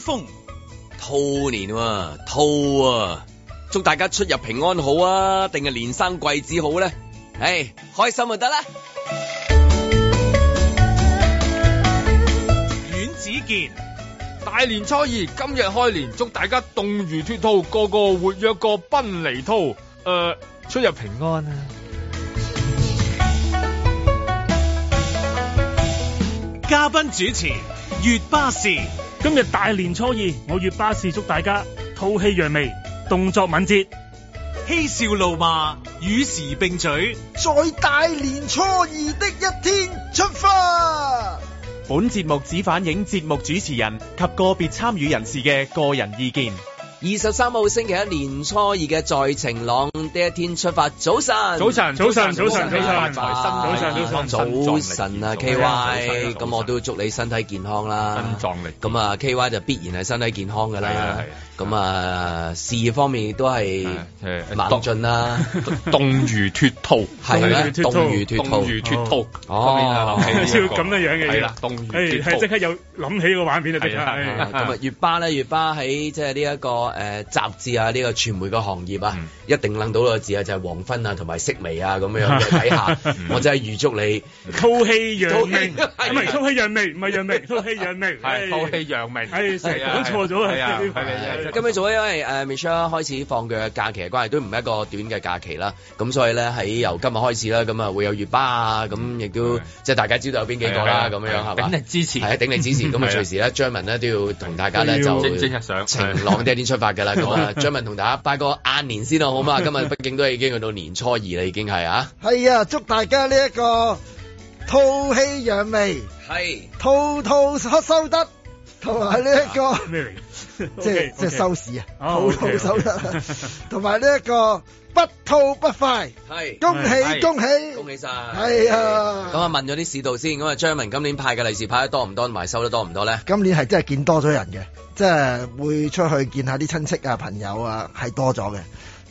風。兔年喎，兔啊！祝大家出入平安好啊，定係連生貴子好咧？唉，開心就得啦。阮子健、大年初二，今日開年，祝大家動如脱兔，個個活躍過奔離兔。誒、呃，出入平安啊！嘉賓主持粵巴士，今日大年初二，我粵巴士祝大家吐氣揚眉，動作敏捷。嬉笑怒罵，與時並舉。在大年初二的一天出發。本節目只反映節目主持人及個別參與人士嘅個人意見。二十三號星期一年初二嘅在晴朗的一天出發，早晨，早晨，呃早晨早晨早晨發財早身體晨健康早身壯力晨啊健，K 早 Y，晨咁我都祝你身體健康啦身。壯力咁啊，K Y 就必然係身體健康㗎係啊啦係啊。咁啊，事業方面都係係誒嗯猛進啦。動如脱兔，係咩？動動如如脱動兔。如脱兔。哦今年啊諗起呢 要一個咁樣樣嘅嘢係啦，動如脱誒，係兔即。刻有諗起個畫面啊！即刻係啊係係 啊咁啊，粵巴咧，粵巴喺即係呢一個誒雜誌啊，呢個傳媒個行業啊嗯，一定諗到個字啊，就係黃昏啊，同埋色微啊咁樣 嘅底下，嗯我真係預祝你吐氣揚眉，吐氣係唔係吐氣揚眉，唔係揚眉，吐氣揚眉，係吐氣揚眉，係成日係啊講錯咗啊係啊呢排係啊今日早因為誒 Michelle 開始放佢嘅假期嘅關係，都唔係一個短嘅假期啦。咁所以咧喺由今日開始啦，咁啊會有月巴啊，咁亦都係即係大家知道有邊幾個啦，係咁係樣係嘛？鼎力支持係啊，鼎力支持。咁啊係啊隨時咧，張文咧都要同大家咧都就要蒸蒸日上晴朗的一天出發㗎啦。咁啊，張文同大家拜個晏年先啦，好 嘛？今日畢竟都已經去到年初二啦，已經係啊。係啊，祝大家呢、一個吐氣揚眉，係。吐吐收收得，同埋呢一個咩嚟？即 OK，OK 係即係收市啊，哦吐吐 OK，OK 收得，同埋呢一個不吐不快，係。恭喜係恭喜恭喜晒！係啊咁啊問咗啲市道先，咁啊張文今年派嘅利是派得多唔多，同埋收得多唔多咧？今年係真係見多咗人嘅，即係會出去見下啲親戚啊、朋友啊，係多咗嘅。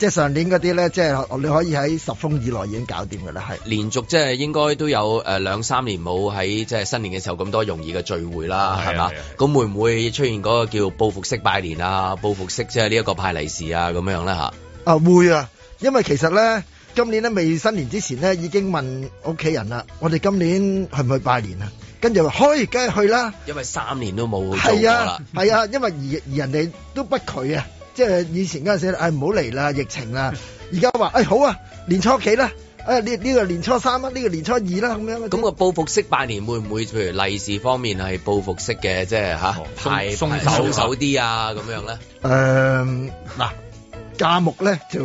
即係上年嗰啲咧，即係你可以喺十封以內已經搞掂㗎啦，係。連續即係應該都有誒兩三年冇喺即係新年嘅時候咁多容易嘅聚會啦，係啊係嘛係啊？咁會唔會出現嗰個叫報復式拜年啊、報復式即係呢一個派利是啊咁樣咧嚇？啊，會啊，因為其實咧，今年咧未新年之前咧已經問屋企人啦，我哋今年去唔去拜年啊？跟住話開，梗係去啦，因為三年都冇做過係啦啊，，係啊，因為而而人哋都不拒啊，即係以前嗰陣時，唉唔好嚟啦，疫情啦，而家話唉好啊，年初幾啦，啊呢呢個年初三啦，呢個年初二啦咁樣嗰啲，咁個報復式拜年會唔會譬如利是方面係報復式嘅即係嚇哦派鬆派手鬆手啲啊咁樣咧？誒嗱價嗯目咧就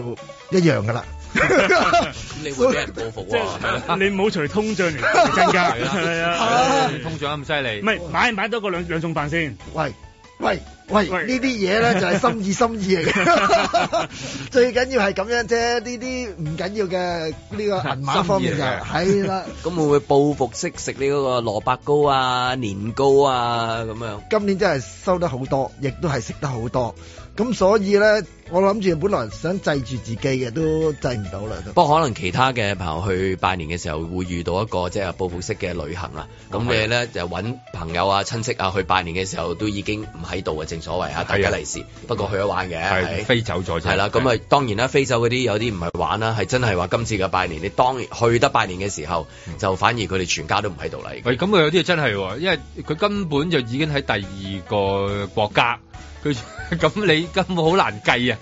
一樣噶啦， 咁你會俾 人報復 即喎？係你唔好隨通脹嚟增加，係啊啊。 通脹咁犀利唔。係買唔買多個兩兩餸飯先？喂喂喂，喂呢啲嘢咧就係心意心意 嚟嘅，最緊要係咁樣啫。呢啲唔緊要嘅呢個銀碼方面就心意嚟嘅係啦。咁會唔會報復式食呢個蘿蔔糕啊、年糕啊咁樣？今年真係收得好多，亦都係食得好多。咁所以咧，我諗住本來想制住自己嘅，都制唔到啦。都不過可能其他嘅朋友去拜年嘅時候會遇到一個即係報復式嘅旅行啊，咁你哦咧就揾朋友啊、親戚啊去拜年嘅時候都已經唔喺度啊，正所謂啊，大家利是，不過去咗玩嘅係係。飛走咗啫。係啦，咁係啊當然啦，非洲嗰啲有啲唔係玩啊啦，係真係話今次嘅拜年，你當然去得拜年嘅時候，就反而佢哋全家都唔喺度啦。已經喂，嗯咁佢有啲嘢真係喎，因為佢根本就已經喺第二個國家，佢 咁你根本好難計啊！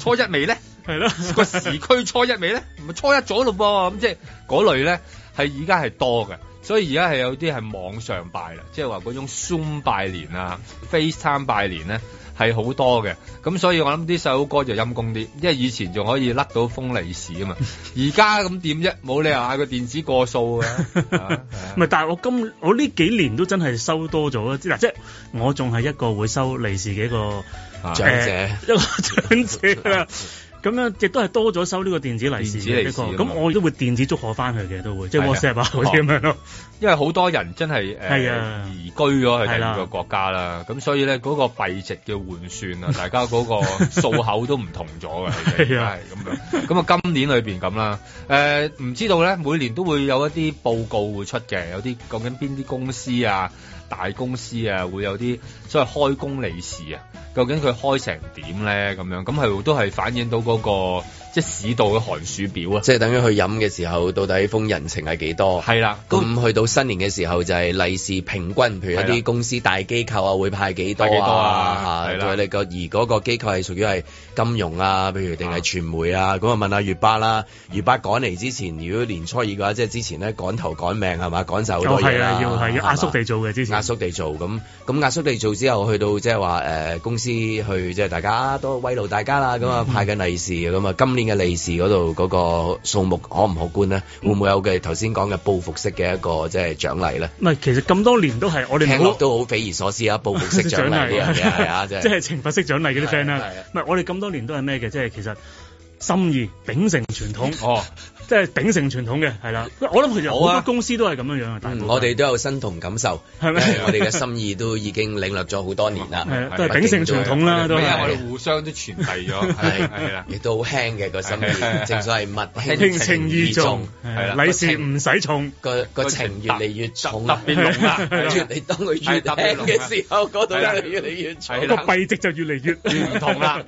初一未咧，係咯，個時區初一未咧，唔係初一咗咯噃，咁即係嗰類咧係而家係多嘅。所以而家係有啲係網上拜啦，即係話嗰種 Zoom 拜年啊、FaceTime 拜年咧係好多嘅。咁所以我諗啲細佬哥就陰公啲，因為以前仲可以甩到封利是啊嘛，而家咁點啫？冇理由嗌個電子過數嘅。啊係啊唔係，但係我今我呢幾年都真係收多咗啊！即嗱，即係我仲係一個會收利是嘅一個啊長者呃 一個長者啦。咁樣亦都係多咗收呢個電子利是電子利嘅是一個，咁咁我都會電子祝賀翻佢嘅，都會即係係啊 WhatsApp 啊嗰啲咁樣咯。因為好多人真係誒、呃係啊移居咗去係第啦二個國家啦，咁所以咧嗰、個幣值嘅換 算啊，大家嗰個數口都唔同咗嘅，係啊係咁樣。咁啊，今年裏邊咁啦，呃誒、唔知道咧，每年都會有一啲報告會出嘅，有啲究竟邊啲公司啊。大公司啊，會有啲所謂開工利是啊，究竟佢開成點咧？咁樣咁係都係反映到嗰、個即係市道嘅寒暑表啊。即係等於去飲嘅時候，到底封人情係幾多？係啦，咁咁去到新年嘅時候就係利是平均，譬如一係啦啲公司大機構啊會派幾多派幾多啊啊？係啦對你個而嗰個機構係屬於係金融啊，譬如定係傳媒啊，咁啊問下月巴啦。月巴趕嚟之前，如果年初二嘅話，即係之前咧趕頭趕命係嘛，趕晒好哦多嘢係啦啊，要係要壓縮係嘛地做嘅之前壓。縮地做咁，咁壓縮地做之後，去到即係話誒公司去即係大家都慰勞大家啦，咁啊派緊利是咁啊，今年嘅利是嗰度嗰個數目可唔可觀呢？會唔會有嘅頭先講嘅報復式嘅一個即係獎勵咧？唔係，其實咁多年都係我哋聽唔落好都好匪夷所思啊！報復式獎勵呢樣嘢係啊，即 即係係懲罰式獎勵嗰啲 friend 係啊啦係啊。唔係，我哋咁多年都係咩嘅？即係其實心意秉承傳統，哦，即係秉承傳統嘅，係啦。我諗其實好好啊多公司都係咁樣樣啊。大部嗯分我哋都有身同感受，係咪因為我哋嘅心意都已經領略咗好多年啦，係啊都係秉承傳統啦，都咩係啊我係。哋互相都傳 遞咗，係係係啦，亦都好輕嘅個心係意，正所謂物輕輕情情意意重重，，係啦係禮是唔使重。個個情越嚟越重，特別濃啦，係 啦越嚟當佢越輕嘅時候，嗰度咧越嚟越重。係個啦幣值就越嚟越越唔同啦。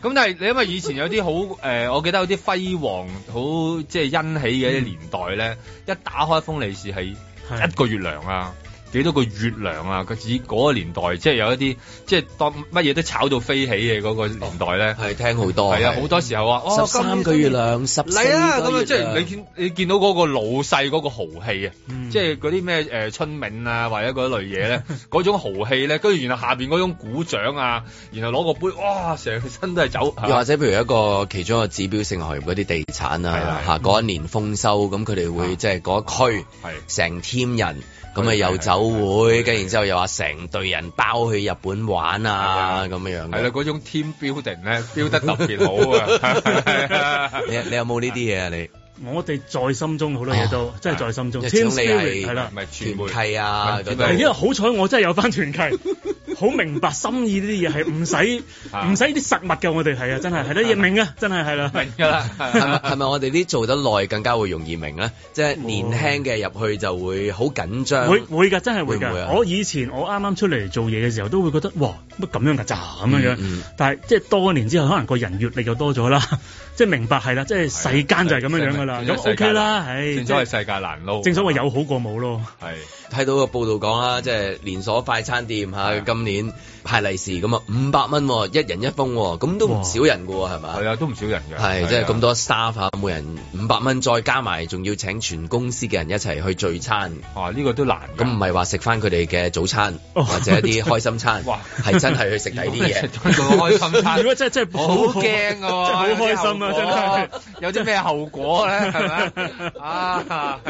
咁但係你因為以前有啲好誒，呃我記得有啲輝煌、好即係欣喜嘅一嗯啲年代咧，一打開封利是係 係一個月糧啊，幾多個月糧啊？佢指嗰個年代，即係有一啲即係當乜嘢都炒到飛起嘅嗰個年代咧，係聽好多，係啊，好多時候啊，哦十三個月亮，十四個嚟月啊！咁啊，亮即係你見你見到嗰個老細嗰個豪氣啊，嗯即係嗰啲咩誒春茗啊，或者嗰類嘢 咧，嗰種豪氣咧，跟住然後下邊嗰種鼓掌啊，然後攞個杯，哇！成身 都係酒，啊又或者譬如一個其中一個指標性行業嗰啲地產係啊啊，嚇嗰一年豐收，咁佢哋會即係嗰一區係成 team 人。咁啊係有酒會，係跟然之後又話成隊人包去日本玩啊係啊咁樣樣係啦，嘅。嗰種 team building 咧，build 得特別好啊 係啊！你你有冇呢啲嘢啊？你我哋在心中好多嘢都，真係在心中。即係 Team 總理係 spirit 係啦唔。係傳媒團契啊唔係嗰係因為度。好彩我真係有翻團契，好明白心意呢啲嘢係唔使啊唔使啲實物嘅，我哋係啊，真係係得嘢明啊，真係係啦。明㗎啦，係咪係咪我哋啲做得耐更加會容易明咧？啊即係年輕嘅入去就會好緊張，會會㗎，真係會會唔會啊㗎。我以前我啱啱出嚟做嘢嘅時候，都會覺得哇乜咁樣㗎咋咁樣樣。嗯嗯但係即係多年之後，可能個人閲歷又多咗啦，即係明白係啦，即係 世間就係咁樣樣㗎啦。啊咁 OK 啦，唉，即正所係謂啊世界難撈，正所謂有好過冇咯。係睇到個報道講啦，即係連鎖快餐店嚇今年派利是咁啊，五百蚊喎一人一封喎，咁都唔少人㗎喎，係嘛係？啊，都唔少人嘅，係，即係啊咁。多 staff 啊，每人五百蚊，再加埋仲要請全公司嘅人一齊去聚餐，哇！呢個都難㗎，咁 唔係話食翻佢哋嘅早餐哦或者一啲開心餐，哇係真係去食第啲 嘢。做開心餐如。果真係真係啊好驚㗎喎，好開心啊！真係。有啲咩後果咧？係 咪啊？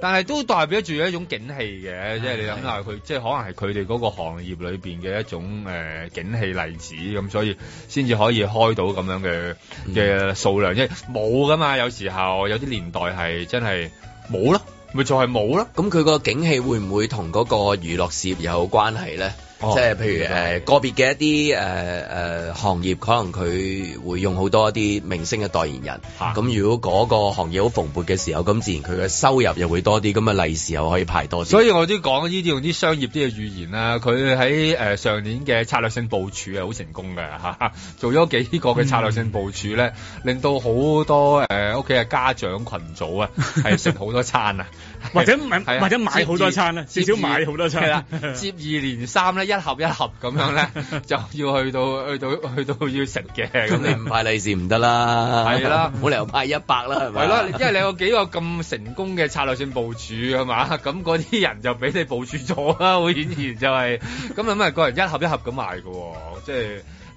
但係都代表住一種景氣嘅，即係你諗下佢，即係可能係佢哋嗰個行業裏邊嘅一種誒、呃景氣例子，咁所以先至可以開到咁樣嘅嘅數量，因為冇噶嘛，有時候有啲年代係真係冇咯，咪就係冇咯。咁佢個景氣會唔會同嗰個娛樂事業有關係咧？哦即係譬如誒、呃、個別嘅一啲誒誒行業，可能佢會用好多一啲明星嘅代言人。嚇咁、如果嗰個行業好蓬勃嘅時候，咁自然佢嘅收入又會多啲，咁啊利是又可以派多啲。所以我都講呢啲用啲商業啲嘅語言啦，佢喺誒上年嘅策略性部署係好成功嘅嚇，做咗幾個嘅策略性部署咧，令到好多誒屋企嘅家長群組啊，係食好多餐啊， 或者買係啊或者買好多餐啦接二至少買好多餐係啦，接二連三咧，一盒一盒咁 樣咧，就要去到去到去到要食嘅咁咁你你唔。派利是唔得啦，係啦 冇理由派一百啦，係咪？係咯，因為你有幾個咁成功嘅策略性部署係嘛， 咁嗰啲人就俾你部署咗啦，好顯然就係、 咁咁啊，個人一盒一盒咁賣嘅喎，即係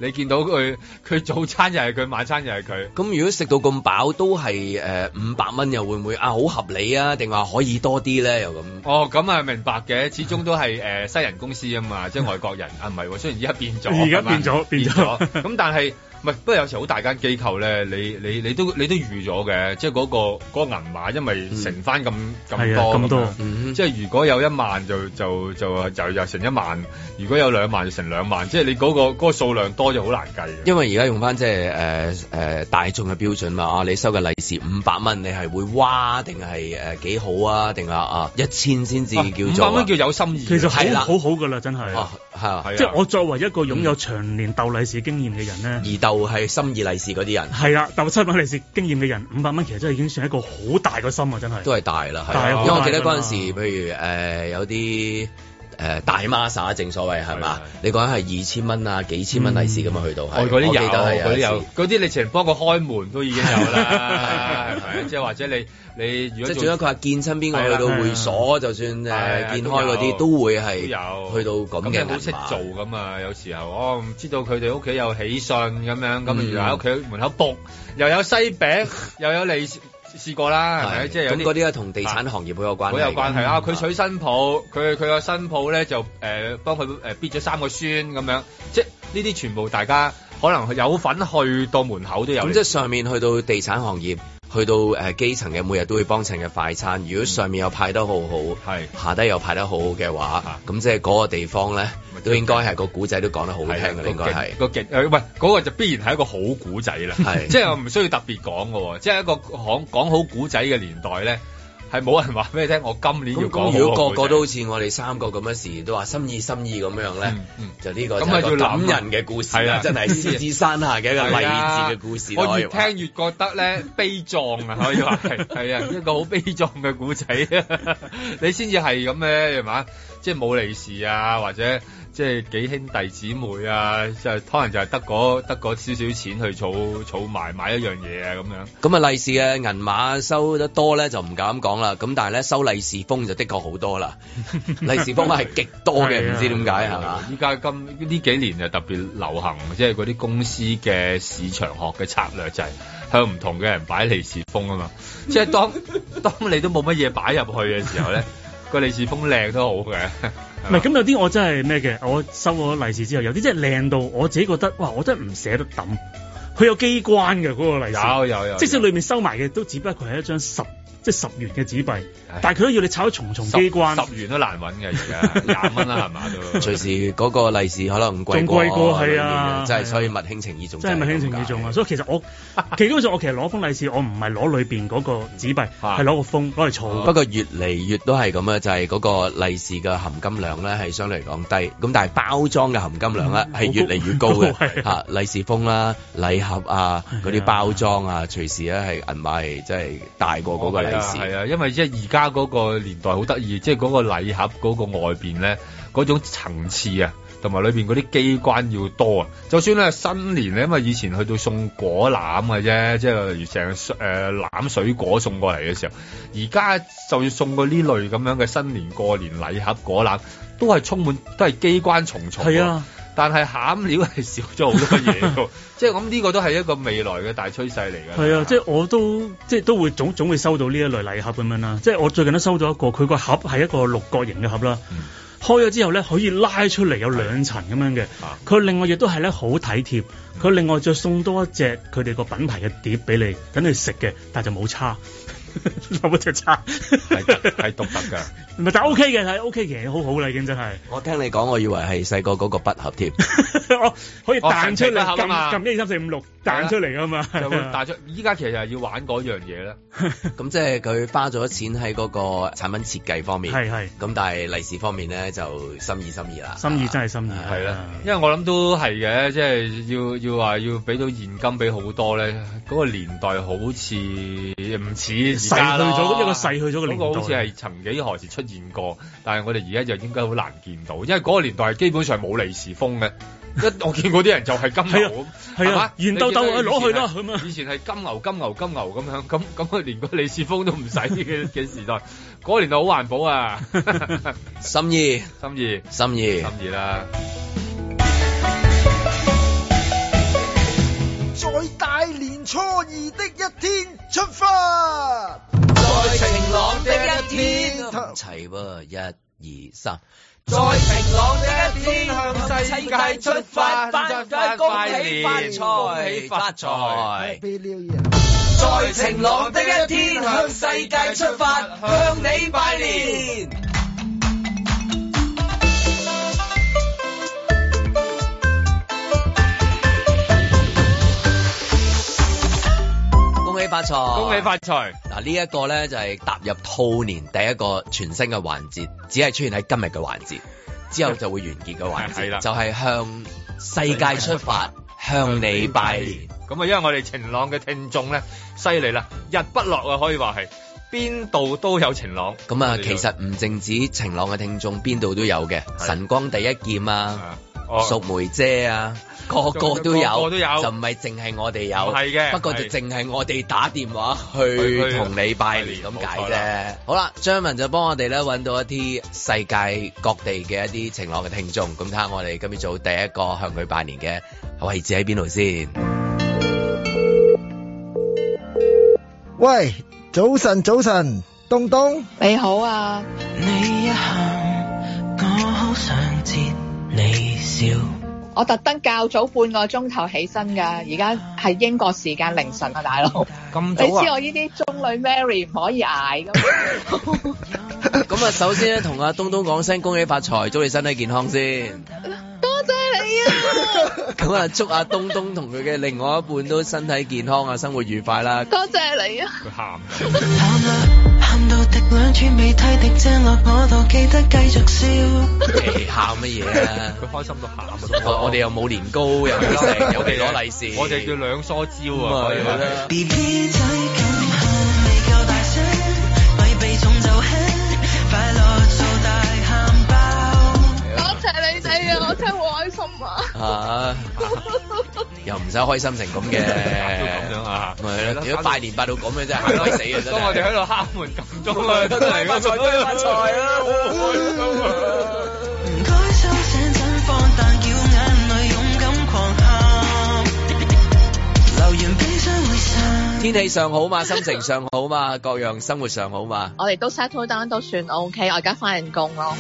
你見到佢佢早餐又係佢，晚餐又係佢。咁如果食到咁飽，都係誒五百蚊，又會唔會啊好合理啊？定話可以多啲咧？又咁。哦，咁啊明白嘅，始終都係誒、呃西人公司啊嘛，即係外國人啊，唔係喎，雖然而家變咗，而家係嘛變咗變咗咁但係唔係，不過有時好大間機構咧，你你你都你都預咗嘅，即係嗰、個嗰、個銀碼，因為乘翻咁嗯咁係多啊，嘛咁多。嗯即係如果有一萬就就就就又成一萬，如果有兩萬就成兩萬，即係你嗰、個嗰、個數量多就好難計嘅。因為而家用翻即係誒誒大眾嘅標準嘛，啊你收嘅利是五百蚊，你係會哇定係誒幾好啊？定係啊一千先至叫五做啊百蚊叫有心意，其實係啦好好好噶啦，真係。啊係啊，係啊嗯即係我作為一個擁有長年鬥利是經驗嘅人咧，而鬥係心意利是嗰啲 人係啦，鬥七品利是經驗嘅人，五百蚊其實真係已經算一個好大個心啊！真都係。係大啦，係大啊好因為我大記㗎得嗰啦陣時，譬如誒有啲。誒、大孖沙正所謂係係嘛啊？你講係二千蚊啊，幾千蚊利是咁啊，去到係。我嗰啲有，我記得係啊嗰啲一有次，嗰啲你成幫佢開門都已經有啦，係咪？即係或者你你如即果係最咗佢話見親邊個去到會所，就算誒呃係啊見都開嗰有啲都會都係去有到咁嘅啊你好銀識碼做噶嘛？有時候我唔知道佢哋屋企有喜訊咁樣，咁嗯原來喺屋企門口卜，又有西餅，又有利是試過啦，係咪？即係啊有咁啲嗰啲咧同地產行業好有關係好嘅，有關係啊！嗯佢娶新抱，佢佢個新抱咧就誒、呃、幫佢誒逼咗三個孫咁樣，即係呢啲全部大家可能有份去到門口都有咁即係上面去到地產行業，去到誒基層嘅每日都會幫襯嘅快餐。如果上面又派得好好，係下低又派得好好嘅話啊，咁即係嗰個地方咧咪，都應該係個古仔都講得好聽啊嘅，應該係。個勁誒，呃喂，嗰個就必然係一個好古仔啦，係即係我唔需要特別講嘅喎，即係一個講講好古仔嘅年代咧，係冇人話俾你聽，我今年要咁講咁如果個個個都好似我哋三個咁樣時都話心意心意咁樣咧嗯嗯，就呢個咁就咪係一個要諗感人嘅故事係啦啊，真係獅子山下嘅一個勵志嘅故事啦我可以越話聽越覺得咧悲壯啊，可 以話係係啊，一個好悲壯嘅古仔，啊 你先至係咁咧，係嘛？即係冇利是啊，或者即係幾兄弟姊妹啊，就可能就係得嗰得嗰少少錢去儲儲埋買一樣嘢啊咁樣。咁啊利是嘅銀碼收得多咧就唔敢講啦，咁但係咧收利是封就的確 好多啦，利是封係極多嘅，係啊唔知點解係嘛？依家今呢幾年就特別流行，即係嗰啲公司嘅市場學嘅策略就係向唔同嘅人擺利是封 啊嘛。即係當當你都冇乜嘢擺入去嘅時候咧，個利是封靚都好嘅。唔係咁有啲我真係咩嘅，我收咗利是之後，有啲真係靚到我自己覺得，哇！我真係唔捨得抌。佢有機關嘅嗰、個利是，有有有，即使裏面收埋嘅都只不過係一張十即係十元嘅紙幣唉，但係佢都要你炒咗重重機關。十元都難揾嘅而家，廿蚊啦係嘛都。隨時嗰個利是可能貴仲貴過係啊裏面嘅真係係啊所以物輕情意重，真係咪輕情意重啊！所就係咁解以其實我其實基本上我其實攞封利是，我唔係攞裏邊嗰個紙 幣，啊係攞個封攞嚟儲。不過越嚟越都係咁啊，就係嗰個利是嘅含金量咧係相對嚟講低，咁但係包裝嘅含金量咧嗯係越嚟越高 嘅係嚇，利是封啦、禮盒啊、嗰啲係啊包裝啊，隨時咧係銀碼係真係大過嗰個利是。係啊，因為即係而家嗰個年代好得意，即係嗰個禮盒嗰個外邊咧，嗰種層次啊，同埋裏邊嗰啲機關要多啊。就算咧新年咧，因為以前去到送果籃嘅啫，即係例如成誒攬水果送過嚟嘅時候，而家就要送個呢類咁樣嘅新年過年禮盒果籃，都係充滿都係機關重重。係啊。但係餡料係少咗好多嘢喎，即係咁呢個都係一個未來嘅大趨勢嚟㗎啦。係啊，即係我都即係都會總總會收到呢一類禮盒咁樣啦。即係我最近都收咗一個，佢個盒係一個六角形嘅盒啦。嗯開咗之後咧，可以拉出嚟有兩層咁樣嘅啊。嗯佢另外亦都係咧好體貼，佢另外再送多一隻佢哋個品牌嘅碟俾你，等你食嘅，但就冇叉， 有冇隻叉？係獨係獨特㗎。 唔係，但 O K 嘅，係 O K 嘅，好好啦已經真 係。我聽你講，我以為係細個嗰個筆盒 添。我可以哦彈出嚟，神奇筆盒啊撳嘛撳一二三四五六彈出嚟噶嘛。就會帶出。依家其實係要玩嗰樣嘢啦，咁即係佢花咗錢喺嗰個產品設計方面，係係咁但係利是方面咧就心意心意啦，心意真係心意，啊係啦啊，因為我諗都係嘅，即係要要話要俾到現金俾好多咧，嗰、個年代好似唔似而家咯逝去咗一個逝去咗嘅年代嗰個好似係曾幾何時出現過，但係我哋而家就應該好難見到，因為嗰個年代係基本上冇利是封嘅。 一我見嗰啲人就係金牛咁，係啊係啊係嘛？圓兜兜你見到啊攞去以前係啦咁啊以前係金牛金牛金牛咁樣，咁咁佢連個利是封都唔使嘅嘅時代，嗰、個年代好環保 啊，心意心意。心意心。意啦，在大年初二的一天出發。在晴朗的一天，齊喎，一二三。在晴朗的一天向世界出發，發發恭喜發財，恭喜發財。 Happy New Year！在晴朗的一天向世界出發，向你拜年。恭喜發財！恭喜發財！嗱呢一個咧就係踏入兔年第一個全新嘅環節，只係出現喺今日嘅環節，之後就會完結嘅環 係節，啦就係向世界出發，向你拜年。咁啊，因為我哋晴朗嘅聽眾咧，犀利啦，日不落啊，可以話係邊度都有晴朗。咁啊我，哋就其實唔淨止晴朗嘅聽眾，邊度都有嘅，係晨光第一劍啊，啊，淑梅姐啊，個個都個有，個都有就唔係淨係我哋有，唔係嘅不過就係淨係我哋打電話去去去同你拜年咁冇錯啦解啫。好啦，張文就幫我哋咧揾到一啲世界各地嘅一啲晴朗嘅聽眾，咁睇下我哋今朝早第一個向佢拜年嘅位置喺邊度先。喂，早晨，早晨，東東，你好啊，你一行，我好想知你笑。我特登較早半個鐘頭起身㗎，而家係英國時間凌晨啊，大佬。咁你知早啊，我呢啲中女 Mary 唔可以捱㗎。 咁啊，首先咧同阿東東講聲恭喜發財，祝你身體健康先。多謝你啊！咁啊，祝阿東東同佢嘅另外一半都身體健康啊，生活愉快啦。多謝你啊！佢喊。喊啦，喊到滴兩串未剃滴正落我度，記得繼續笑。你喊乜嘢啊？佢開心到喊啊！我我哋又冇年糕，又冇 成，又未攞利是。我哋叫兩梳蕉咁啊啊，可以話係啦 B B 仔咁喊，未夠大聲，咪避重就輕，快樂做大喊包。多謝你哋啊！我真係好開心啊！啊，又唔使開心成咁嘅。 咁樣啊咪係咯，如果拜年拜到咁樣真係嚇鬼死啊！真當我哋係。喺度敲門撳鐘啊，真係發財恭喜發財啊唔該收聲真放但叫眼淚勇敢狂喊，流完悲傷會散。天氣上好嘛，心情上好嘛，各樣生活上好嘛。我哋都 settle down 都算 OK，我而家翻緊工咯，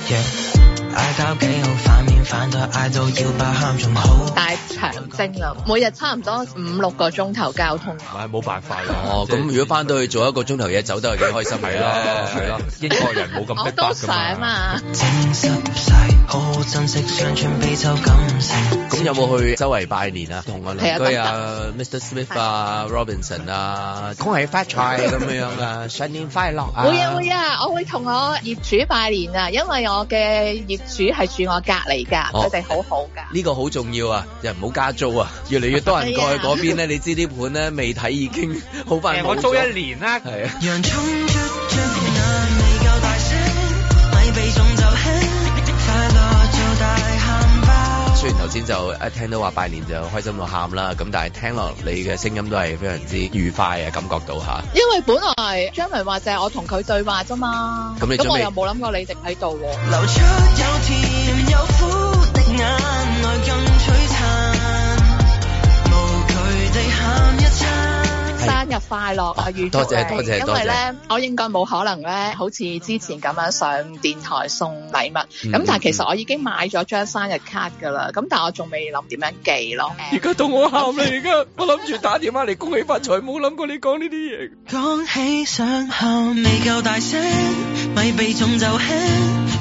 嗌交幾好，反面反台嗌到要爆喊仲好。但係長征啊，每日差唔多五六個鐘頭交通啊， 唉冇辦法啦。哦，咁如果翻到去做一個鐘頭嘢，走得係幾開心嘅係啦，係啊啦，英國人冇咁我逼都迫想㗎嘛。啊！整濕晒，好好珍惜傷春悲秋感情。咁有冇去周圍拜年啊？同我鄰居係啊啊，Mr. Smith 啊，Robinson 啊，恭喜發財咁樣 啊，新年快樂啊！會啊會啊，我會同我業主拜年啊，因為我嘅業主係住我隔離㗎，哦佢哋好好㗎。呢個好重要啊！又唔好加租啊！越嚟越多人過去嗰邊咧，你知啲盤咧未睇已經 好快誒，我冇租咗。一年啦，係啊，洋葱捽捽眼未夠大聲，咪避重就輕，快樂做大喊包。雖然頭先就一聽到話拜年就開心到喊啦，咁但係聽落你嘅聲音都係非常之愉快啊，感覺到嚇。因為本來張文話就係我同佢對話啫嘛，咁你準備咁我又冇諗過你哋喺度喎。流出有甜有苦的眼淚更璀璨，無懼地喊一餐。生日快樂啊！哦預祝多謝你多謝因多謝為咧，我應該冇可能咧，好似之前咁樣上電台送禮物。咁、嗯但係其實我已經買咗張生日卡㗎啦。咁但係我仲未諗點樣寄咯。家到我喊啦！而家我諗住打電話嚟恭喜發財，冇諗過你講呢啲嘢。講起想喊未夠大聲，咪避重就輕，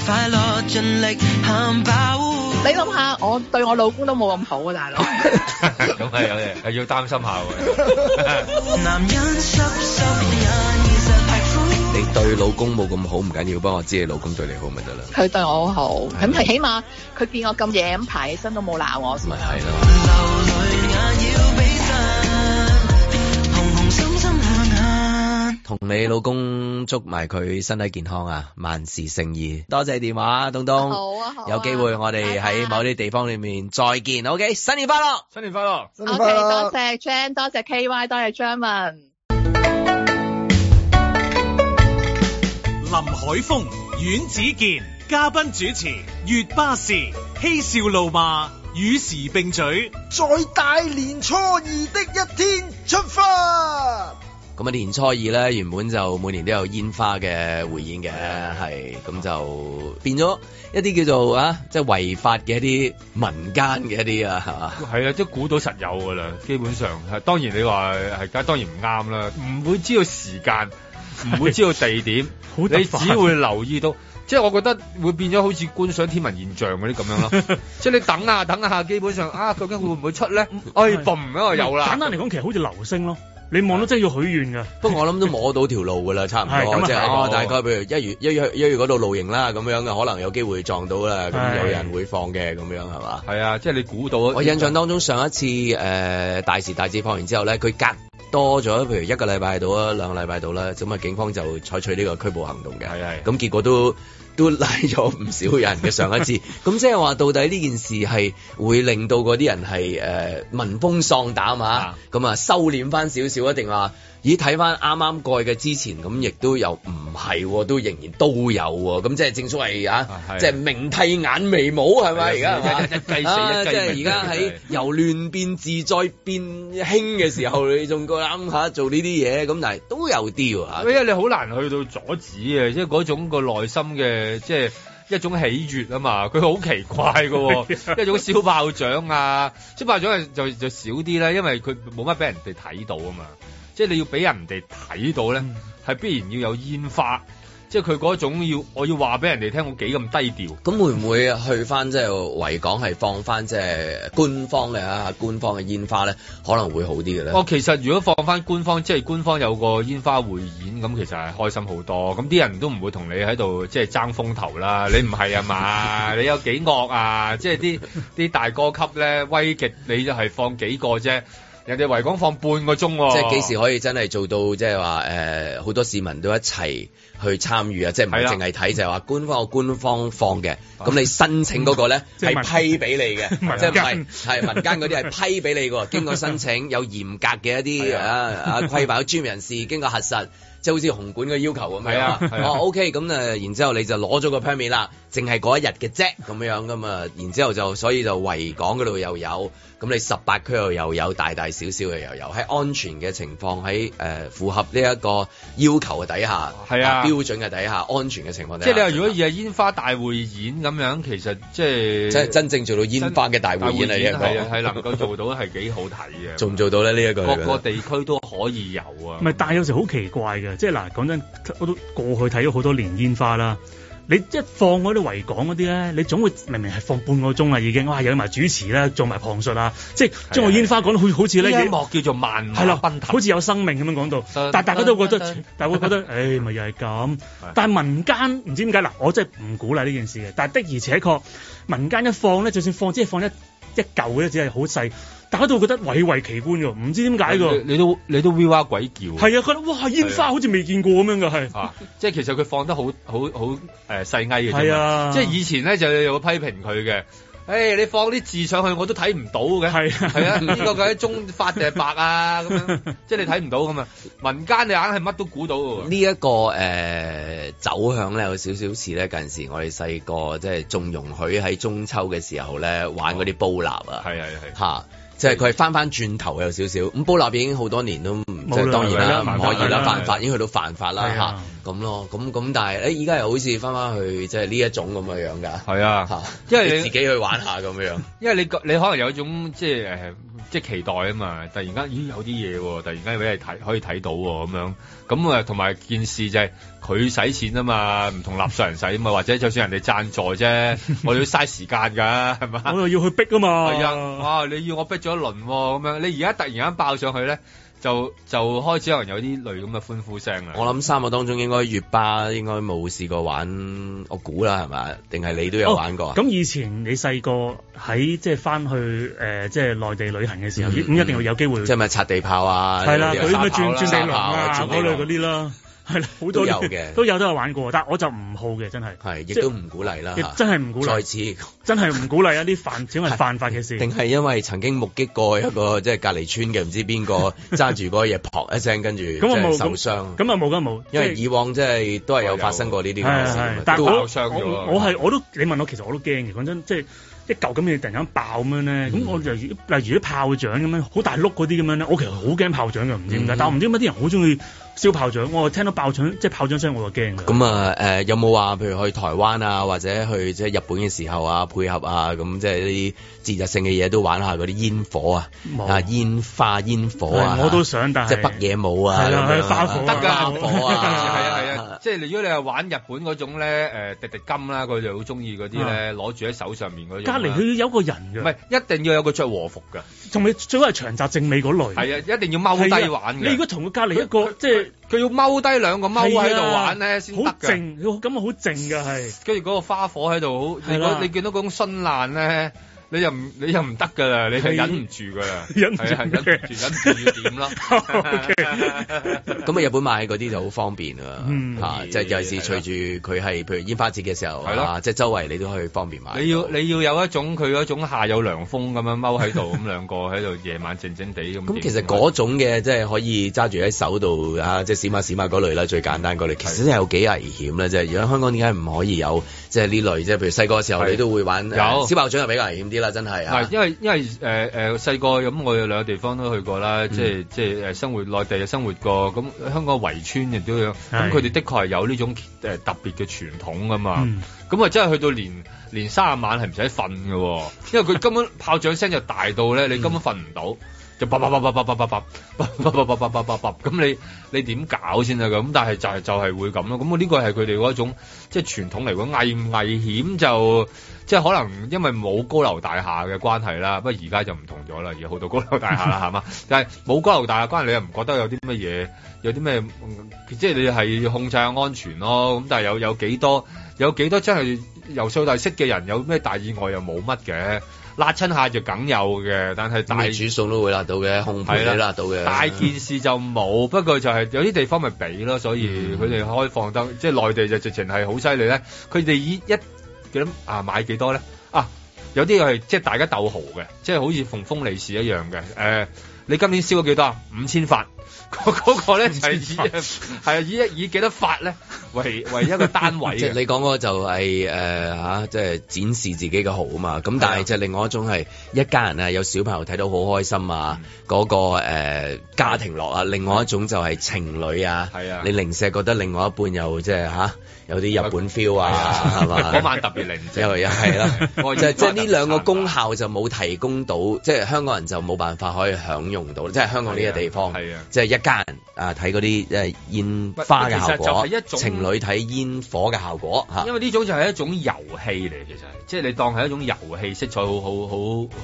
快樂盡力喊飽。你諗下，我對我老公都冇咁好啊， 大佬。咁 係有嘢係要擔心下喎。男人濕濕眼，現實係灰。你對老公冇咁好唔緊要，不過我知你老公對你好咪得啦。佢對我好好，咁係起碼佢見我咁夜咁排起身都冇鬧我先咪。係流淚也要咯，比讚，紅紅心心兩眼。同你老公祝埋佢身體健康啊，萬事勝意。多謝電話，東東。好啊好啊有機會我哋喺某啲地方裏面再見。OK，新年快樂！ 新年快樂！新 O 年 K，快樂多謝 Jan，多謝 K Y，多謝張文。林海峰、阮子健，嘉賓主持，月巴士嬉笑怒罵，與時並舉，在大年初二的一天出發。咁啊年初二咧，原本就每年都有煙花嘅匯演嘅，係咁就變咗一啲叫做啊，即係違法嘅一啲民間嘅一啲啊，係嘛？係啊，即係估到實有噶啦，基本上係當然你話係梗係當然唔啱啦，唔會知道時 間，唔會知道地點，好得你煩只會留意到。即係我覺得會變咗好似觀賞天文現象嗰啲咁樣 咯，即係你等下等下，基本上啊，究竟會唔會出咧？哎，係嘣，一個有啦。簡單嚟講，其實好似流星咯，你望到真係要許願㗎。不過我諗都摸到條路㗎啦，差唔係咁多，啊即係係哦大概譬如一月一月一月嗰度露營啦，咁樣嘅可能有機會撞到啦，咁係有人會放嘅咁樣係嘛？係啊，即係你估到。我印象當中上一次誒、呃大時大節放完之後咧，佢隔多咗譬如一個禮拜到啦，兩個禮拜到啦，咁啊警方就採取呢個拘捕行動嘅，係係咁結果都。 都拉咗唔少人嘅上一次，咁即係話到底呢件事係會令到嗰啲人係誒、呃、聞風喪膽啊啊，咁啊收斂翻少少，一定話咦睇翻啱啱過去嘅之前，咁亦都有唔係喎，都仍然都有喎，咁即係正所謂啊啊，係即係明剃眼眉毛係咪而係家啊係嘛？一雞死一雞啊即係而明 家喺由亂變治再變興嘅時候，你仲夠膽下做呢啲嘢，咁但係都有啲喎嚇因為你好難去到阻止嘅，即係嗰種個內心嘅即係。一種喜悅啊嘛，佢好奇怪嘅喎、 一種小爆掌啊，小爆掌就就少啲啦，因為佢冇乜俾人哋睇到啊嘛，即係你要俾人哋睇到嗯咧，係、必然要有煙花，即係佢嗰種要我要話俾人哋聽我幾咁低調，咁會唔會去翻即係維港係放翻即係官方嘅啊官方嘅煙花咧，可能會好啲嘅咧？我哦其實如果放翻官方，即係官方有個煙花匯演，咁其實係開心好多。咁啲人都唔會同你喺度即係爭風 頭啦。你唔係啊嘛？你有幾惡啊？即係啲啲大哥級咧，威極你就係放幾個啫，人哋維港放半個鐘喎、即係幾時可以真係做到即係話誒好多市民都一齊去參與啊！即係唔係係啦淨係睇就係話官方有官方放嘅，咁你申請嗰個咧即係民係批俾你嘅，民間即係唔係係民間嗰啲係批俾你嘅喎，經過申請有嚴格嘅一啲係啊啊啊規範，有專業人士經過核實。即係好似紅館嘅要求咁樣係啊係啊哦 OK，咁誒，然之後你就攞咗個 permit 啦，淨係嗰一日嘅啫，咁樣咁啊，然之後就所以就維港嗰度又有，咁你十八區又又有，大大小小嘅又有，喺安全嘅情況，喺誒、呃符合呢一個要求嘅底下，係啊標準嘅底下，安全嘅情況底即下，係你話如果以係煙花大匯演咁樣，其實即係真真正做到煙花嘅大匯演嚟大匯係啊呢係一能個，夠做到係幾好睇 嘅。做唔做到咧？呢、一個你各覺個得地區都啊可以有啊。唔係，但係有時好奇怪嘅，即係嗱，講真，我都過去睇咗好多年煙花啦。你一放嗰啲維港嗰啲咧，你總會明明係放半個鐘啦，已經哇有埋主持啦，做埋旁述啦，即係將啊個煙花講得好好似咧呢一幕叫做萬係馬啦奔，騰好。似有生命咁樣講到， 但係大家都覺得，大家會覺得，誒咪又係咁。但係民間唔知點解嗱，我真係唔鼓勵呢件事嘅。但係的而且確，民間一放咧，就算放只係放一一嚿嘅，只係好細，大家都會覺得蔚為奇觀嘅，唔知點解你㗎。你都你都 v 哇鬼叫啊。係啊，覺得哇煙花好似未見過咁樣嘅係。啊，即係其實佢放得好好好誒細埃嘅啫嘛係啊即係以前咧就有批評佢嘅。誒、你放啲字上去我都睇唔到嘅，係啊係啊，呢、個究竟中發定係白啊？咁樣，即係你睇唔到噶嘛。民間你硬係乜都估 到嘅喎，呢一個誒、呃走向咧，有少少似咧近時我哋細個即係仲容許喺中秋嘅時候咧玩嗰啲煲蠟啊，係係係。嚇、即係佢係翻翻轉頭有少少，咁煲蠟已經好多年都唔，即冇啦係當然啦，係啦唔可以啦，犯法啦犯法已經去到犯法啦係啊嚇，咁咯，咁咁但係誒，而家又好似翻翻去即係呢一種咁嘅樣 㗎，係啊，嚇，因為你自己去玩下咁樣，因為你個你可能有一種即係誒、呃即係期待啊嘛，突然間咦有啲嘢喎，突然間俾你睇可以睇到喎咁樣，咁啊同埋件事就係佢使錢啊嘛，唔同納税人使啊嘛，或者就算人哋贊助 啫，我哋要嘥時間㗎，係嘛？ 我又要去逼啊嘛。係啊，哇！你要我逼咗一輪喎、咁樣你而家突然間爆上去咧，就就開始可能有啲類咁嘅歡呼聲啦。我諗三個當中應該月巴應該冇試過玩，我估啦係嘛？定係你都有玩過啊？哦咁、以前你細個喺即係翻去誒、呃即係內地旅行嘅時候，嗯咁、一定會有機會即係咪擦地炮啊？係啦，有嗰啲啲咩沙炮轉啦轉地龍沙啊炮嗰類嗰啲啦， 係啦，好多都有嘅都有都有玩過，但我就唔好嘅，真係係，亦即係都唔鼓勵啦亦。嚇真係唔鼓啊再勵，次，真係唔鼓勵一啲犯 小人犯法嘅事。定係因為曾經目擊過一個 即係隔離村嘅唔知邊 個揸住嗰個嘢撲一聲，跟住即咁我係冇受咁傷。咁啊冇㗎冇，因為即係以往即係都係有發生過呢啲咁嘅係事㗎嘛係，但係都我爆傷咗啊我我係我都你問我其實我都驚嘅，講真即係一嚿咁嘢突然間爆咁樣嗯咧，咁我就例如啲炮仗咁樣，好大碌嗰啲咁樣咧，我其實好驚炮仗嘅，唔知點解，嗯但我唔知點解啲人好中意燒炮仗，我聽到爆仗即係炮仗聲我就驚㗎。咁啊誒有冇話譬如去台灣啊，或者去即係日本嘅時候啊，配合啊，咁即係呢啲節日性嘅嘢都玩下嗰啲煙火啊，冇啊煙花煙火啊，係我都想但係即係北野武啊，係啦咁樣啊花火啊得㗎，花火 啊，係啊係啊，即係如果你係玩日本嗰種咧，誒滴滴金啦，佢哋好中意嗰啲咧，攞住喺手上面嗰種啊隔啦。離佢有個人唔嘅，係一定要有個着和服㗎，同你最好係長澤正美嗰類。係啊，一定要係啊，踎低玩你如嘅。果同佢隔離一個即係佢要踎低兩個踎喺係度啊玩咧先得好㗎。靜，咁啊好靜㗎係。跟住嗰個花火喺度，好你係啦嗰你見到嗰種殉難咧，你又唔你又唔得㗎啦，你就係忍唔住㗎啦， 忍唔住係啊忍唔住，忍唔住要 點咯。咁啊，日本買嗰啲就好方便啊嗯，嚇！即係尤其是隨住佢係譬如煙花節嘅時候係咯啊，即係周圍你都可以方便買到。 你要你要有一種佢嗰種夏有涼風咁樣踎喺度，咁兩個喺度夜晚靜靜地咁。咁其實嗰種嘅即係可以揸住喺手度啊，即係閃下閃下嗰類啦，最簡單嗰類，其實真係有幾危險咧。即係如果香港點解唔可以有即係呢類即係譬如細個嘅時候係你都會玩，有誒小爆仗就比較危險啲啦，真係唔係，啊。因為因為呃誒誒細個咁，我哋兩個地方都去過啦，即係即係誒生活內地生活過，咁香港圍村亦都有，咁係佢哋的確係有呢種誒特別嘅傳統噶嘛嗯。咁啊真係去到連連卅晚係唔使瞓嘅喎，因為佢根本炮仗聲就大到咧，你根本瞓唔到。就叭叭叭叭叭叭叭叭叭叭叭叭叭叭叭咁你你點搞先啊？咁但係就係就係會咁咯。咁呢個係佢哋嗰種即係傳統嚟講危唔危險就即係可能因為冇高樓大廈嘅關係啦。不過而家就唔同咗啦，而家好多高樓大廈啦，係嘛？但係冇高樓大廈關係，你又唔覺得有啲乜嘢有啲咩嗯即係你係要控制下安全咯。咁但係有有幾多有幾多真係由細到大識嘅人有咩大意外又冇乜嘅，辣親下就梗有嘅，但係大大煮餸都會辣到嘅，烘焙係都啦辣到嘅。大件事就冇，不過就係有啲地方咪俾咯，所以嗯佢哋開放得，即係內地就直情係好犀利咧。佢哋以一幾多啊買幾多咧？啊，有啲係即係大家鬥豪嘅，即係好似逢風利是一樣嘅。誒、你今年燒咗幾多啊？五千發。 嗰嗰個咧就係以係啊以以幾多發咧為為一個單 位即係嘅。你講嗰個就係誒嚇，即係展示自己嘅好啊嘛。咁但係就另外一種係一家人啊，有小朋友睇到好開心啊，嗯嗰、個、誒家庭樂啊。另外一種就係情侶啊，係啊你零舍覺得另外一半又即係嚇有啲日本 feel 啊，係嘛？嗰晚特別寧靜又又係啦 我，就即係呢兩啊個功效就冇提供到，即係香港人就冇辦法可以享用到，即係香港呢個地方，係啊即係一家人啊睇嗰啲誒煙花嘅效果，其實就係一種情侶睇煙火嘅效果嚇因。為呢種就係一種遊戲嚟，其實係即係你當係一種遊戲色彩好好好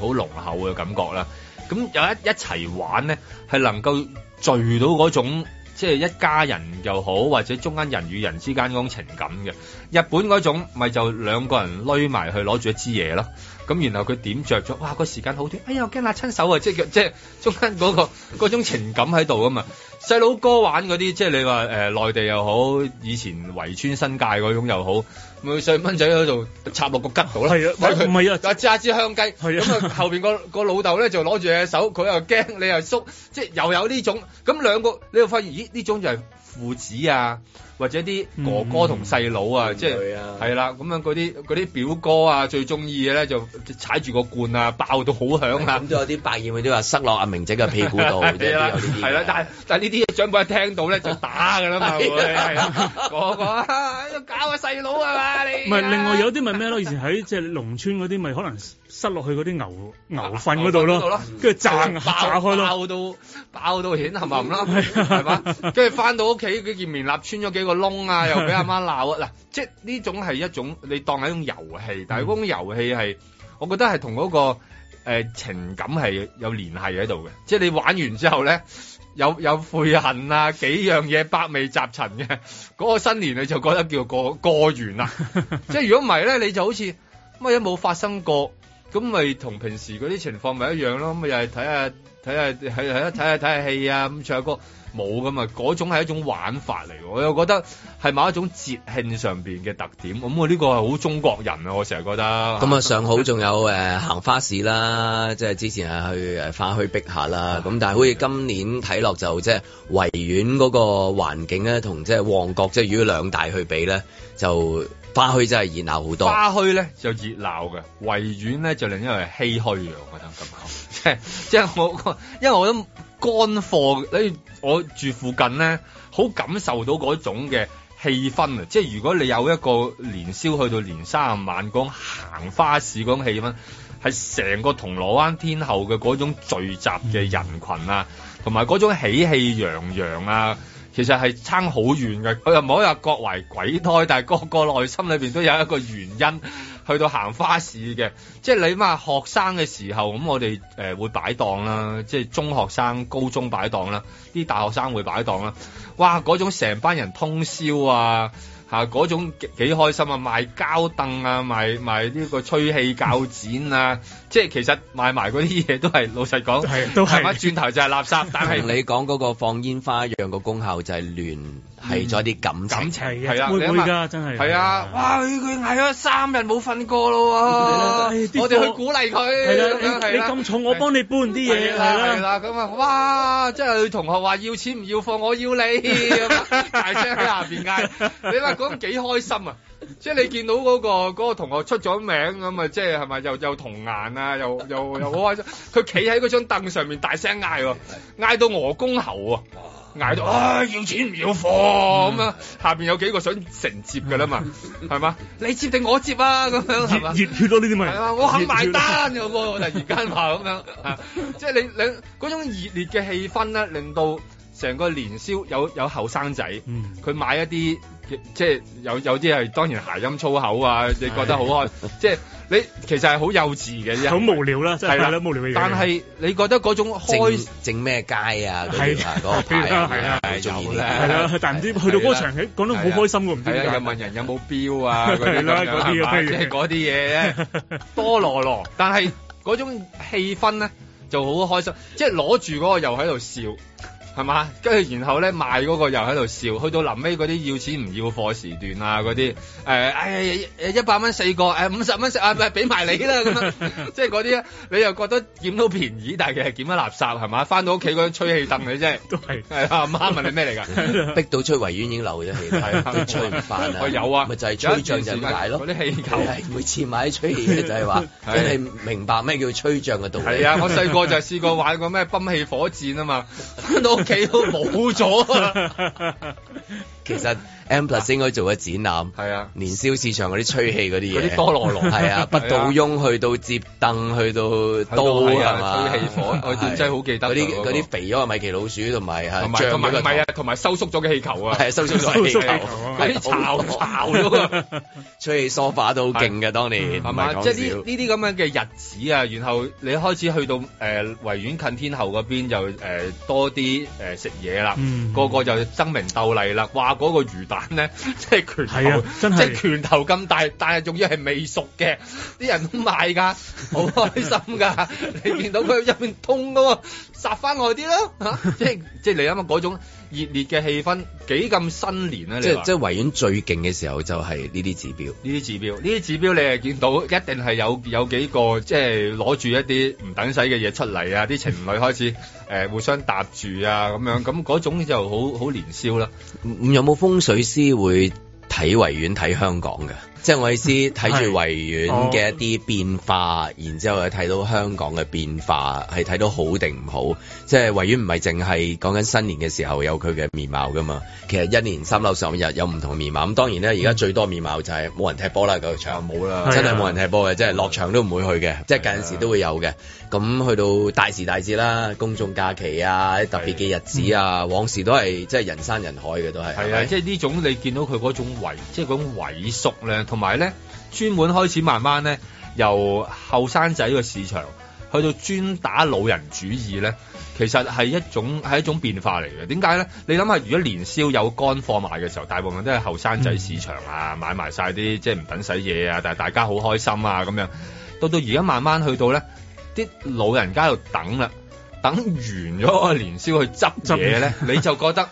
好濃厚嘅感覺啦。咁有一一齊玩咧，係能夠聚到嗰種即係一家人又好，或者中間人與人之間嗰種情感嘅。日本嗰種咪就兩個人攏埋去攞住一支嘢咯。咁然後佢點着咗，哇個時間好短，哎呀我驚辣親手啊！即係即係中間嗰、個嗰 種情感喺度噶啊嘛。細佬哥玩嗰啲，即係你話誒、呃、內地又好，以前圍村新界嗰種又好，咪細蚊仔喺度插落個吉度啦。係啊睇佢唔係啊揸揸支香雞，係啊 咁啊後邊個個老豆咧就攞住隻手，佢又驚，你又縮，即係又有呢種。咁兩個你又發現，咦呢種就係父子啊，或者啲哥哥嗯同細佬啊，即係女啊係啦，咁樣嗰啲嗰啲表哥啊，最中意嘅咧就踩住個罐啊，爆到好響啊咁！都有啲百厭嗰啲話塞落阿明仔嘅屁股 啊度，即係都係有啦呢，啲嘅。係啦，但係但係呢啲嘢長輩一聽到咧就打㗎 啦嘛，會啊係啦，個個啊喺度搞個細佬啊嘛，你唔係，另外有啲咪咩咯？以前喺即係農村嗰啲，咪可能塞落去嗰啲牛牛糞嗰度牛糞嗰度咯咯，跟住炸爆炸開咯。爆到爆到顯冚冚啦，係啊係嘛？跟住翻到屋企，佢件棉衲穿咗幾個 窿啊，又俾阿媽鬧啊！嗱，即係呢種係一種你當係一種遊戲，但係嗰種遊戲係，我覺得係同嗰個呃情感係有聯繫喺度嘅，即係你玩完之後咧。有有悔恨啊，幾樣嘢百味雜陳嘅，嗰、個新年你就覺得叫過過完啦。即係如果唔係咧，你就好似乜嘢冇發生過，咁咪同平時嗰啲情況咪一樣咯。咁咪又係睇下睇下睇睇睇下睇下戲啊，咁唱下歌。冇噶嘛，嗰種係一種玩法嚟喎，我又覺得係某一種節慶上邊嘅特點，咁我呢個係好中國人啊，我成日覺得。咁啊，上好仲有誒、呃行花市啦，即係之前係去誒花墟碧下啦。啊咁但係好似今年睇落就即係維園嗰個環境咧，同即係旺角即係如果兩大去比咧，就花墟真係熱鬧好多。花墟咧就熱鬧嘅，維園咧就另一樣係唏噓嘅，我覺得咁講， 即係即係我，因為我諗乾貨，你我住附近咧，好感受到嗰種嘅氣氛啊！即係如果你有一個年宵去到年三十晚嗰種行花市嗰種氣氛，係成個銅鑼灣天后嘅嗰種聚集嘅人群啊，同埋嗰種喜氣洋洋啊！其實係差好遠嘅，佢又唔可以話各為鬼胎，但係個個內心裏邊都有一個原因去到行花市嘅，即係你嘛學生嘅時候，咁我哋誒、呃、會擺檔啦，即係中學生、高中擺檔啦，啲大學生會擺檔啦，哇！嗰種成班人通宵啊〜嚇嗰、種幾幾開心啊！賣膠凳啊，賣賣呢個吹氣鉸剪啊，即係其實賣埋嗰啲嘢都係老實講，係都係係咪轉頭就係垃圾，但係 同你講嗰個放煙花一樣個功效就係聯繫咗啲感情。嗯感情係係啊啊，會你會諗下㗎，真係係啊，哇！佢佢嗌咗三日冇瞓過係啦咯喎，啲我哋去貨鼓勵佢。係啦，咁樣你你咁重，我幫你搬啲嘢係啦係係啦，啦，咁啊，哇！即係佢同學話要錢唔要貨，我要你咁樣大聲喺下邊嗌，你話嗰種幾開心啊！即係你見到嗰、個嗰個同學出咗名咁啊，即係係咪又又童顏啊，又又又好開心！佢企喺嗰張凳上面大聲嗌喎，嗌到鵝公喉啊！嗌到啊！要錢唔要貨咁樣，下邊有幾個想承接㗎啦嘛，係嘛？你接定我接啊？咁樣係 嘛？熱熱血咯呢啲咪，係啊，我肯埋熱血咯單嘅喎，突然間話咁樣，啊即係你你嗰種熱烈嘅氣氛咧，令到成個年宵有有後生仔，嗯佢買一啲即係有有啲係當然諧音粗口啊，你覺得好開， 即係你其實係好幼稚嘅啫，好無聊啦，真係啦係啦，無聊嘅嘢。但係你覺得嗰種開正正咩街啊？嗰係條啊，嗰個牌啊係啦係啦係中意有啲啦係啦，但唔知去到嗰個場景講得好開心喎，唔知係點啊，解又問人有冇標啊嗰啲係啦嗰咁樣啲係嘛啊即係嗰啲嘢咧。多羅羅，但係嗰種氣氛咧就好開心，即係攞住嗰個又喺度笑，係嘛？跟住然後咧賣嗰個又喺度笑，去到臨尾嗰啲要錢唔要貨時段啊嗰啲，誒哎呀一百蚊四個，誒五十蚊食啊咪俾埋你啦咁樣， 即係嗰啲咧你又覺得檢到便宜，但係其實檢咗垃圾係嘛？翻到屋企嗰張吹氣凳你真係都係係啊，阿媽問你咩嚟㗎？ 逼到出維園已經流咗氣係啦，啊 都吹唔翻啦。 我有啊咪就係吹漲就係咁解咯。有一段時間嗰啲氣球係每次買啲吹氣嘅就係話，即係係明白咩叫吹漲嘅道理。 係啊，我細個就試過玩過咩泵氣火箭啊嘛， 翻到屋企都冇咗啊！其實 M Plus 應該做嘅展覽，係啊，年宵市場嗰啲吹氣嗰啲嗰嘢，啲多羅羅係啊，不倒翁去到接凳，去到刀啊係嘛，啊吹氣火我真係好記得嗰啲嗰個嗰啲肥咗嘅米奇老鼠同埋係同埋同埋唔係啊啊，同埋收縮咗嘅氣球啊，醬嗰個頭，係收縮咗氣收縮氣球，球啊嗰啲巢巢咗啊！吹氣梳化都好勁嘅，當年係唔嘛？係講即係呢笑。呢啲咁樣嘅日子啊，然後你開始去到誒、呃、維園近天后嗰邊就誒、呃多啲誒、呃食嘢啦，嗯個個就爭名鬥麗啦。哇！嗰、個魚蛋 咧，即係拳係頭，啊真係即係拳頭咁大，但係仲要係未熟嘅，啲人都買 㗎，好開心㗎。你見到佢入面痛㗎喎，殺翻我啲啦嚇！即係即係你諗下嗰種熱烈嘅氣氛幾咁新年啊！即你話係即係維園最勁嘅時候就係呢啲指標。呢啲指標，呢啲指標你係見到一定係有有幾個即係攞住一啲唔等使嘅嘢出嚟啊！啲情 侶開始誒、呃互相搭住啊咁樣，咁嗰種就好好年宵啦。咁有冇風水師會睇維園睇香港嘅？即係我 意思睇住維園嘅一啲變化，然之後又睇到香港嘅變化，係睇到好定唔好。即係維園唔係淨係講緊新年嘅時候有佢嘅面貌噶嘛，其實一年三六十五日有唔同嘅面貌。咁當然咧，而家最多面貌就係冇人踢波啦，嗰個場冇啦真係係啊冇人踢波嘅，即係落場都唔會去嘅，即係近陣時都會有嘅。咁去到大時大節啦，公眾假期啊，特別嘅日子啊，往時都係即係人山人海嘅都係。係係啊，咪即係呢種你見到佢嗰種萎，即係嗰種萎縮咧，同埋咧專門開始慢慢咧由後生仔個市場去到專打老人主義咧，其實係一種係一種變化嚟嘅。點解咧？你諗下，如果年宵有乾貨賣嘅時候，大部分都係後生仔市場啊，買埋晒啲即係唔等使嘢啊，但係大家好開心啊咁樣。到到而家慢慢去到咧，啲老人家喺度等啦。等完咗個年宵去執嘢咧，你就覺得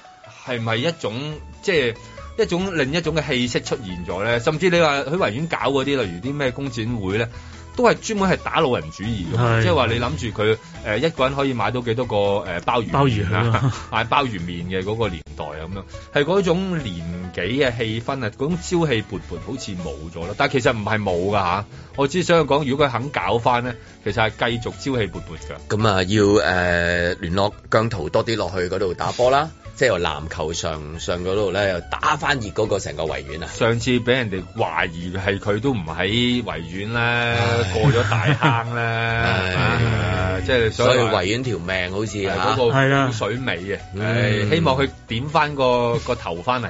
係咪一種即係一種另一種嘅氣息出現咗咧？甚至你話喺維園搞嗰啲，例如啲咩工展會咧，都係專門係打老人主義㗎嘛係即係話你諗住佢誒一個人可以買到幾多個誒鮑鮑魚魚麵係啊啊， 買鮑魚麵嘅嗰個年代啊咁樣，係嗰種年紀嘅氣氛啊，嗰種朝氣勃勃好似冇咗啦。但係其實唔係冇㗎嚇，我只想講，如果佢肯搞翻咧，其實係繼續朝氣勃勃㗎。咁啊，要誒、呃、聯絡姜圖多啲落去嗰度打波啦，即係由籃球上上嗰度咧，又打翻熱嗰個成個維園啊！上次俾人哋懷疑係佢都唔喺維園咧，過咗大坑咧，唉唉即係所以話維園條命好似啊係嚇嗰個係啦污水尾嘅，唉嗯希望佢點翻個個頭翻嚟，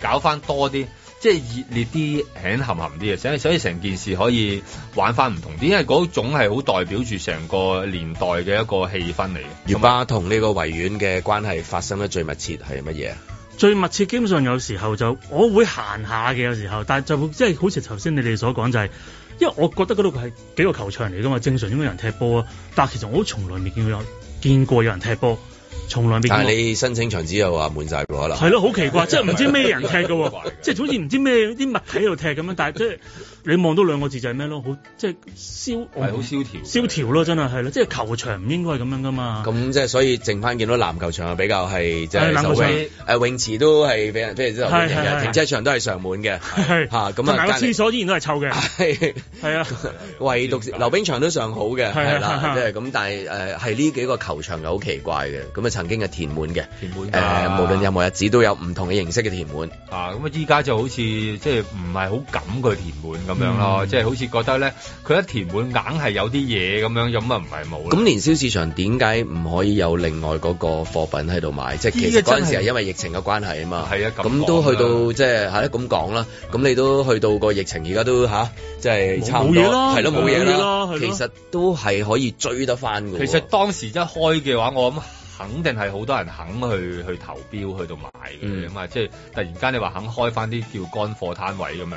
搞翻多啲。即係熱烈啲、輕含含啲嘅，啊所以所以成件事可以玩翻唔同啲，因為嗰種係好代表住成個年代嘅一個氣氛嚟嘅。月巴同呢個維園嘅關係發生得最密切係乜嘢啊？最密切基本上有時候就我會行下嘅，有時候，但係就會即係好似頭先你哋所講就係、因為我覺得嗰度係幾個球場嚟㗎嘛，正常應該有人踢波啊，但係其實我都從來未見過有見過有人踢波，從來未見但係過。你申請場址又話滿晒喎，可能係咯，好奇怪，即係唔知咩人踢嘅奇怪喎 嘅，即係總之唔知咩啲物體喺度踢咁樣，但係 即係你望到兩個字就係咩咯，好即係蕭係好蕭條嘅蕭條咯，真係係咯，即係球場唔應該係咁樣噶嘛。咁即係所以剩翻見到籃球場啊比較係即係係籃受球場歡迎誒泳池都係俾人即係之後歡係迎係嘅，係停車場都係上滿嘅係嚇咁同埋啊個隔離廁所依然都係臭嘅， 係係啊， 唯獨溜冰場都上好嘅，係啊係啦，係啊即係咁，但係誒係呢幾個球場又好奇怪嘅，咁啊曾經係填滿嘅，填滿㗎誒、啊無論任何日子都有唔同嘅形式嘅填滿，啊，咁啊依家就好似即係唔係好敢佢填滿咁樣咯，嗯即係好似覺得咧，佢一填滿硬係有啲嘢咁樣，咁啊唔係冇咁啦。年宵市場點解唔可以有另外嗰個貨品喺度賣？即係其呢實個真嗰係陣時係因為疫情嘅關係啊嘛，係啊咁咁都去到即係係啦咁講啦，咁你都去到個疫情而家都吓，即係冇差唔多冇嘢啦係咯冇嘢冇嘢啦啦係，咯其實都係可以追得翻嘅喎。其實當時一開嘅話，我諗肯定係好多人肯去去投標去到買嘅嗯咁啊，即係突然間你話肯開翻啲叫乾貨攤位咁樣，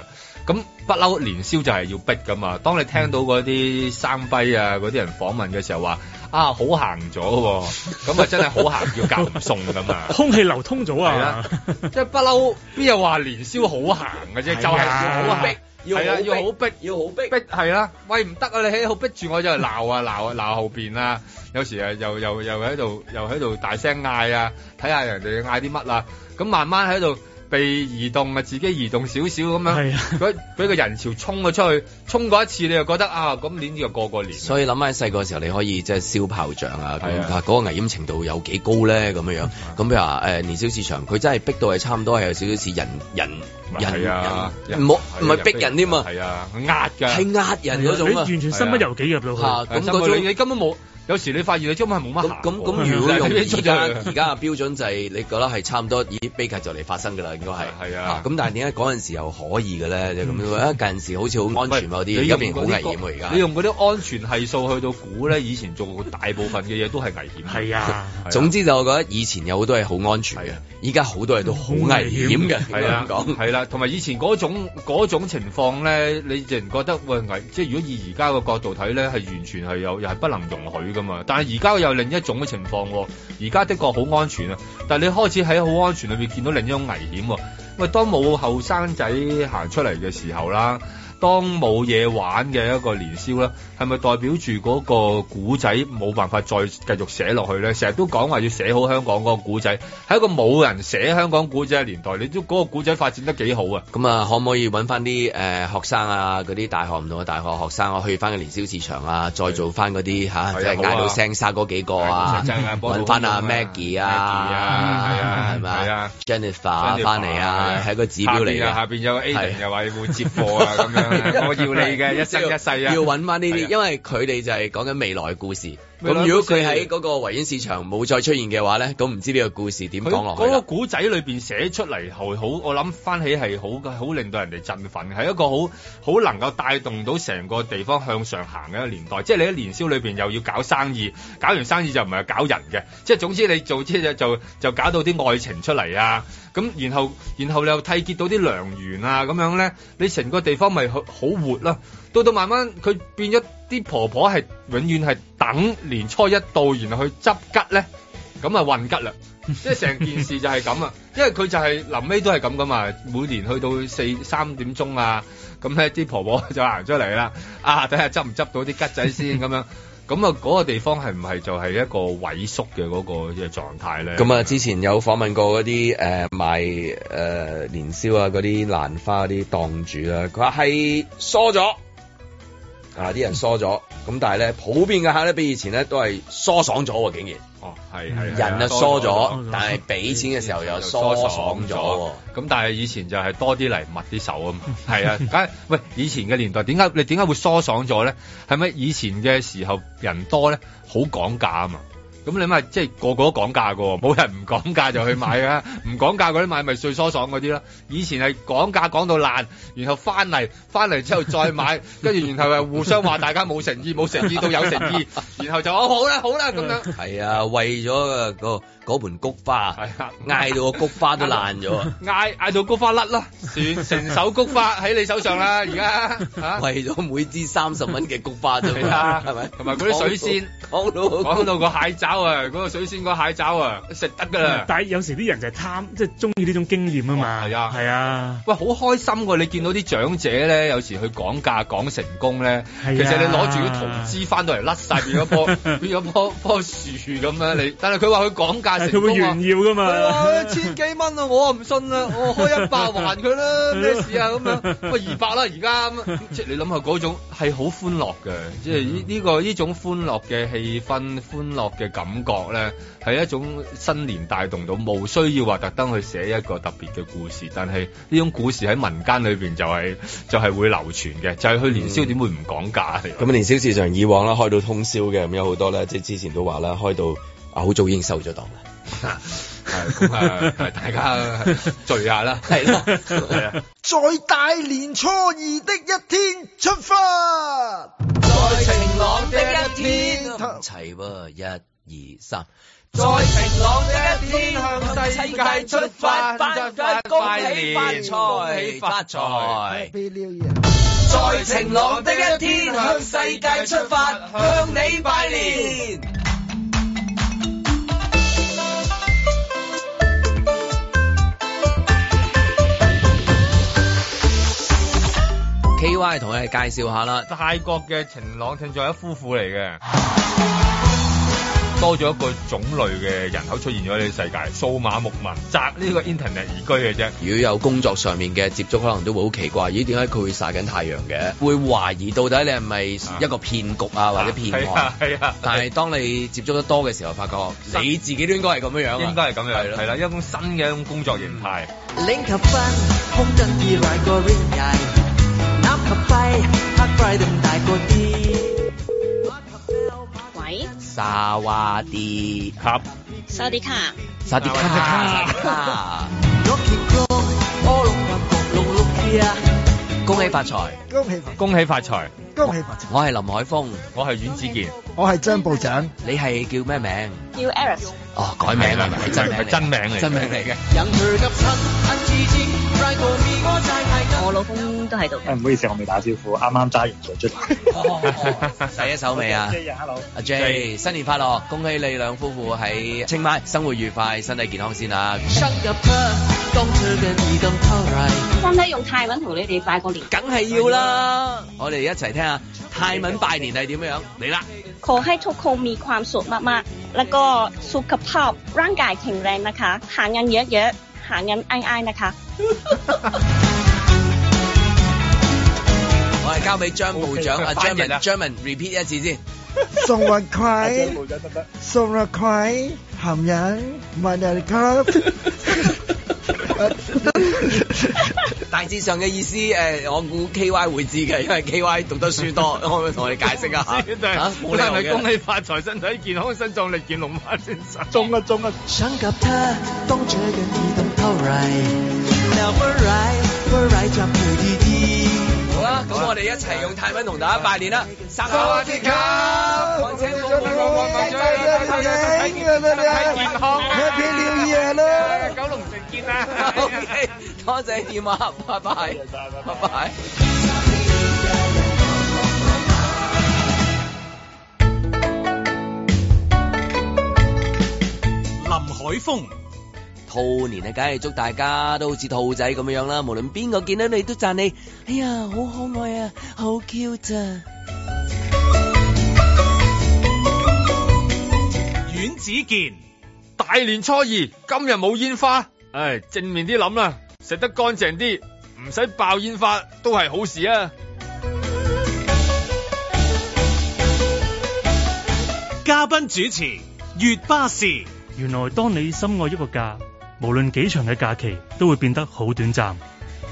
咁不嬲年宵就係要逼噶嘛。當你聽到嗰嗯啲生跛啊嗰啲人訪問嘅時候話啊好行咗喎，咁啊真係好行要夾唔送咁啊。空氣流通咗係啊啦， 即係不嬲，邊有話年宵好行嘅啫，就係係啊要好逼，要係啊，要好逼，要好逼逼係啦，喂唔得啊！你喺度逼住我就鬧啊鬧啊鬧後邊啦，有時啊又又又喺度又喺度大聲嗌啊，睇下人哋嗌啲乜啊，咁慢慢喺度被移動啊，自己移動少少咁係樣啊，佢俾個人潮衝咗出去，衝過一次你又覺得啊，咁年又過過年，所以諗翻細個嘅時候，你可以即係燒炮仗啊，咁係啊啊嗰個危險程度有幾高咧？咁樣樣，咁譬如話誒年宵市場，佢真係逼到係差唔多係有少少似人人人係啊，人唔好唔係逼人添啊，係啊，壓㗎。係壓人嗰種你啊。完全身不由己入到去。嚇咁咁嗰嗰種種你根本冇，有時你發現你根本係冇乜咁行咁過 咁，如果用你而一出家咗去而家嘅標準就係你覺得係差唔多，咦悲劇就嚟發生㗎啦，應該係係啊咁但係點解嗰陣時又可以嘅咧？就咁樣啊！近時好似好安全嗰啲，喂你而家用變好嗰危啲險喎個而家你。用嗰啲安全係數去到估咧，以前做大部分嘅嘢都係危險。係啊，係啊總之就我覺得以前有好多嘢好安全嘅係啊，依家好多嘢都好危險嘅。係啊，講係啦，同埋以前嗰種嗰種情況咧，你自然覺得喂危，即係如果以而家個角度睇咧，係完全係有又係不能容許噶嘛。但係而家有另一種嘅情況喎，而家的確好安全啊，但係你開始喺好安全裏面見到另一種危險喎。喂，當冇後生仔行出嚟嘅時候啦。當冇嘢玩嘅一個年宵啦，係咪代表住嗰個古仔冇辦法再繼續寫落去咧？成日都講話要寫好香港嗰個古仔，喺一個冇人寫香港古仔嘅年代，你都嗰個古仔發展得幾好啊！咁啊，可唔可以揾翻啲誒學生啊，嗰啲大學唔同嘅大學學生啊，去翻個年宵市場啊，再做翻嗰啲係嚇，啊即係嗌好啊到聲沙嗰幾個啊，真係啊幫到揾翻阿香港啊 Maggie Maggie 啊係啊啊，係係啊咪 Jennifer 翻嚟啊，係一個指下標嚟邊啊嘅下。邊有 A 係又話會接貨啊，咁樣我要你嘅一生一世啊！要揾翻呢係啊啲，因為佢哋就係講緊未來嘅故事。未來嘅咁如故果事佢喺嗰個維園市場冇再出現嘅話咧，咁唔知呢個故事點佢講落去嗰個啦。古仔裏邊寫出嚟係好，我諗翻起係好好令到人哋振奮，係一個好好能夠帶動到成個地方向上行嘅一個年代。即係你喺年宵裏邊又要搞生意，搞完生意就唔係搞人嘅，即係總之你做即係就就搞到啲愛情出嚟啊，咁然後然後你又締結到啲良緣啊，咁樣咧，你成個地方咪好好活啦。到到慢慢佢變咗啲婆婆係永遠係等年初一到，然後去執吉咧，咁啊混吉啦。 即係成件事就係咁啊，因為佢就係臨尾都係咁噶嘛，每年去到四三點鐘啊，咁咧啲婆婆就行出嚟啦， 啊睇下執唔執到啲吉仔先咁樣，咁啊嗰個地方係唔係就係一個萎縮嘅嗰個嘅狀態咧？咁啊，之前有訪問過嗰啲誒賣誒年宵啊，嗰啲蘭花嗰啲檔主啦，佢話係疏咗啊，啲人疏咗，咁但係咧普遍嘅客咧，比以前咧都係疏爽咗喎，竟然。哦，係係人啊係疏咗咗，但係俾錢嘅時候又疏爽咗喎。咁但係以前就係多啲嚟密啲手啊嘛，係啊，梗 係喂以前嘅年代點解你點解會疏爽咗咧？係咪以前嘅時候人多咧，好講價啊嘛？咁你咪即係個個都講價嘅喎，冇人唔講價就去買 啊，唔講價嗰啲買咪最疏爽嗰啲啦。以前係講價講到爛，然後翻嚟翻嚟之後再 買，跟住然後又互相話大家冇誠意，冇誠意到有誠意，然後就哦好啦好啦咁樣，係啊，為咗個嗰盆菊花， 係啊嗌到個菊花都爛咗啊！嗌嗌到菊花 甩啦，成成手菊花喺你手上啦，而家嚇。為咗每支三十蚊嘅菊花啫係嘛啊，係咪？同埋嗰啲水仙講到講到個蟹爪啊，嗰、個水仙個蟹爪啊，食得㗎啦。但係有時啲人就係貪，即係中意呢種經驗啊嘛。哦係啊係啊，喂，好開心喎！你見到啲長者咧，有時去講價講成功咧，係啊其實你攞住啲桃枝翻到嚟甩晒，變 咗棵變咗棵棵樹咁樣你。但係佢話佢講價但係成佢功會啊炫耀噶嘛。佢話 哎千幾蚊啊，我唔信啊，我開一百還 佢啦，咩事啊咁樣？喂，二百啦而家咁樣，即係你諗下嗰種係好歡樂嘅，即係嗯呢呢個呢種歡樂嘅氣氛、歡樂嘅感覺咧，係一種新年帶動到，無需要話特登去寫一個特別嘅故事，但係呢種故事喺民間裏邊就係就係會流傳嘅，就係去年宵點會唔講價嚟？咁啊年宵市場以往啦，開到通宵嘅，咁有好多咧，即係之前都話啦，開到啊好早已經收咗檔啦。係咁啊，大家聚下啦，係咯 係啊。在大年初二的一天出發。在晴朗的一天唔齊喎，一二三。在晴朗的Happy New Year！在晴朗的一天向世界出發向你拜年。K Y 同我哋介紹下啦，泰國嘅晴朗聽仲有一夫婦嚟嘅，多咗一個種類嘅人口出現咗喺呢個世界，數碼牧民擇呢個 internet 而居嘅啫。如果有工作上面嘅接觸，可能都會好奇怪，咦？點解佢會曬緊太陽嘅？會懷疑到底你係咪一個騙局啊，或者係騙啊案？係啊，但係當你接觸得多嘅時候，發覺你自己都應該係咁樣樣啊，應該係咁樣，咯係啦，一種新嘅一種工作形態。領及分，空得意壞過 ring 界，攬及費，黑 Friday 咁大個啲。喂，沙瓦迪合沙迪卡，沙迪卡，沙沙迪迪卡卡， Rocky Gong，柯龍八角龍六 K 啊，恭喜發財！恭喜發財，恭喜發財！恭喜發財！我係林海峰，我係阮子 健，我係張部長，你係叫咩名？叫 Eris，哦，改名係咪？係真名嚟係嘅，真名嚟嘅真名嚟嘅。人佢及親，眼自知，Right to me 我債係我老公都喺度嘅。誒唔好意思，我未打招呼，啱啱揸完水出嚟。 哦洗咗手未啊？即係 hello，阿 J，新年快樂！恭喜你兩夫婦喺清邁生活愉快，身體健康先啊！生入佢，當佢嘅二咁偷嚟，使唔使用泰文同你哋拜個年梗係要啦！我哋一齊聽下泰文拜年係點樣嚟啦！ ？Call ให้ทุกคนมีความสุขมากๆ แล้วก็สุขภาพร่างกายแข็งแรงนะคะ หาเงินเยอะๆ หาเงินอ้ายๆนะคะ 我哋交俾張部長 OK，阿翻張譯文啦張文 repeat 一次先。送運阿張葵，部長得唔得？送運葵，含忍，萬人級。 大致上嘅意思，誒、我估 K Y 會知嘅，因為 K Y 讀得書 多，可唔可以同我哋解釋一下？知但啊嚇係冇理由係咪嘅恭喜發財、身體健康、身壯力健、龍馬精神？中一中一想及他，當佢嘅二咁偷嚟。Now right，right 集佢啲啲。好啦，啦，咁我哋一齊用泰文同大家拜年啦，生日快樂！ Happy New Year 啦！ 九龍城見啦 OK，多謝電話，拜拜，拜拜。林海峰、兔年啊，梗係祝大家都好似兔仔咁樣啦，無論邊個見到你都讚你，哎呀，好可愛啊，好 cute 啊！阮子健、大年初二，今日冇煙花，唉，正面啲諗啦，食得乾淨啲，唔使爆煙花都係好事啊！嘉賓主持月巴士。原來當你深愛一個假，無論幾長嘅假期都會變得好短暫。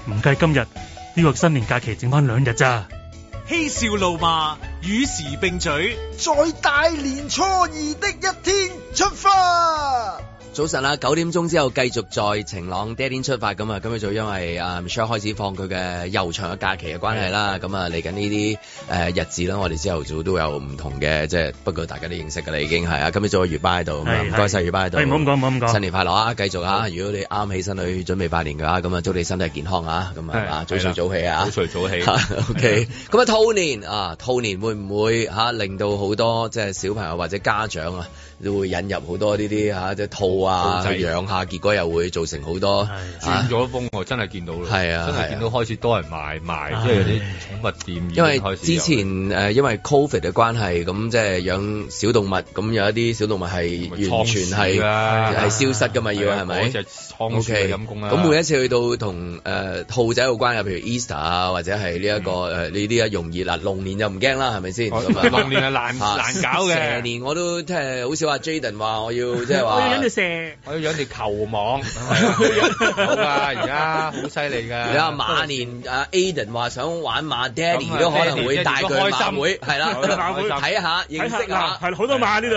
唔計今日呢個新年假期，剩翻兩日咋。嬉笑怒罵，與時並舉，在大年初二的一天出發。早晨啦，九點鐘之後繼續在晴朗的一天出發咁啊！今日就因為啊 Michelle 開始放佢嘅悠長嘅假期嘅關係啦，咁啊嚟緊呢啲呃誒日子啦，我哋朝頭早都有唔同嘅，即係不過大家都認識㗎啦，已經係啊！今日早有月巴喺度，咁啊係唔該晒月巴喺度，係唔好咁講唔好咁講新年快樂啊！繼續啊！如果你啱起身去準備拜年嘅話，咁啊祝你身體健康啊！咁係啊早睡早起 啊！早睡早起 OK，咁啊，兔年啊，兔年會唔會嚇、啊令到好多即係小朋友或者家長啊，都會引入好多呢啲嚇即係兔啊兔仔去養下，結果又會造成好多係啊轉咗風，我真係見到啦，係啊真係啊係見到開始多人買賣，唉即係有啲寵物店已經因為開始之有前誒、呃因為 Covid 嘅關係，咁即係養小動物，咁有一啲小動物係完全係倉鼠啊係消失㗎嘛，要係嗰咪？隻倉 O 鼠 K，陰公啦，啊咁每一次去到同誒兔仔有關嘅，譬如 Easter 啊，或者係呢一個誒呢啲啊容易嗱，龍年就唔驚啦，係咪先？哦咁啊龍年係難啊難搞嘅蛇年我都即係好少話 Jaden 話我 要即係話。蛇。我要養條球 網，好啊！而家好犀利㗎，你話馬 年啊 Aden 話想玩馬 Daddy 咁啊都可能 Daddy，會帶佢去 Daddy 都馬會，係 啦，開心開心 睇下認識下嗱，。係好多馬呢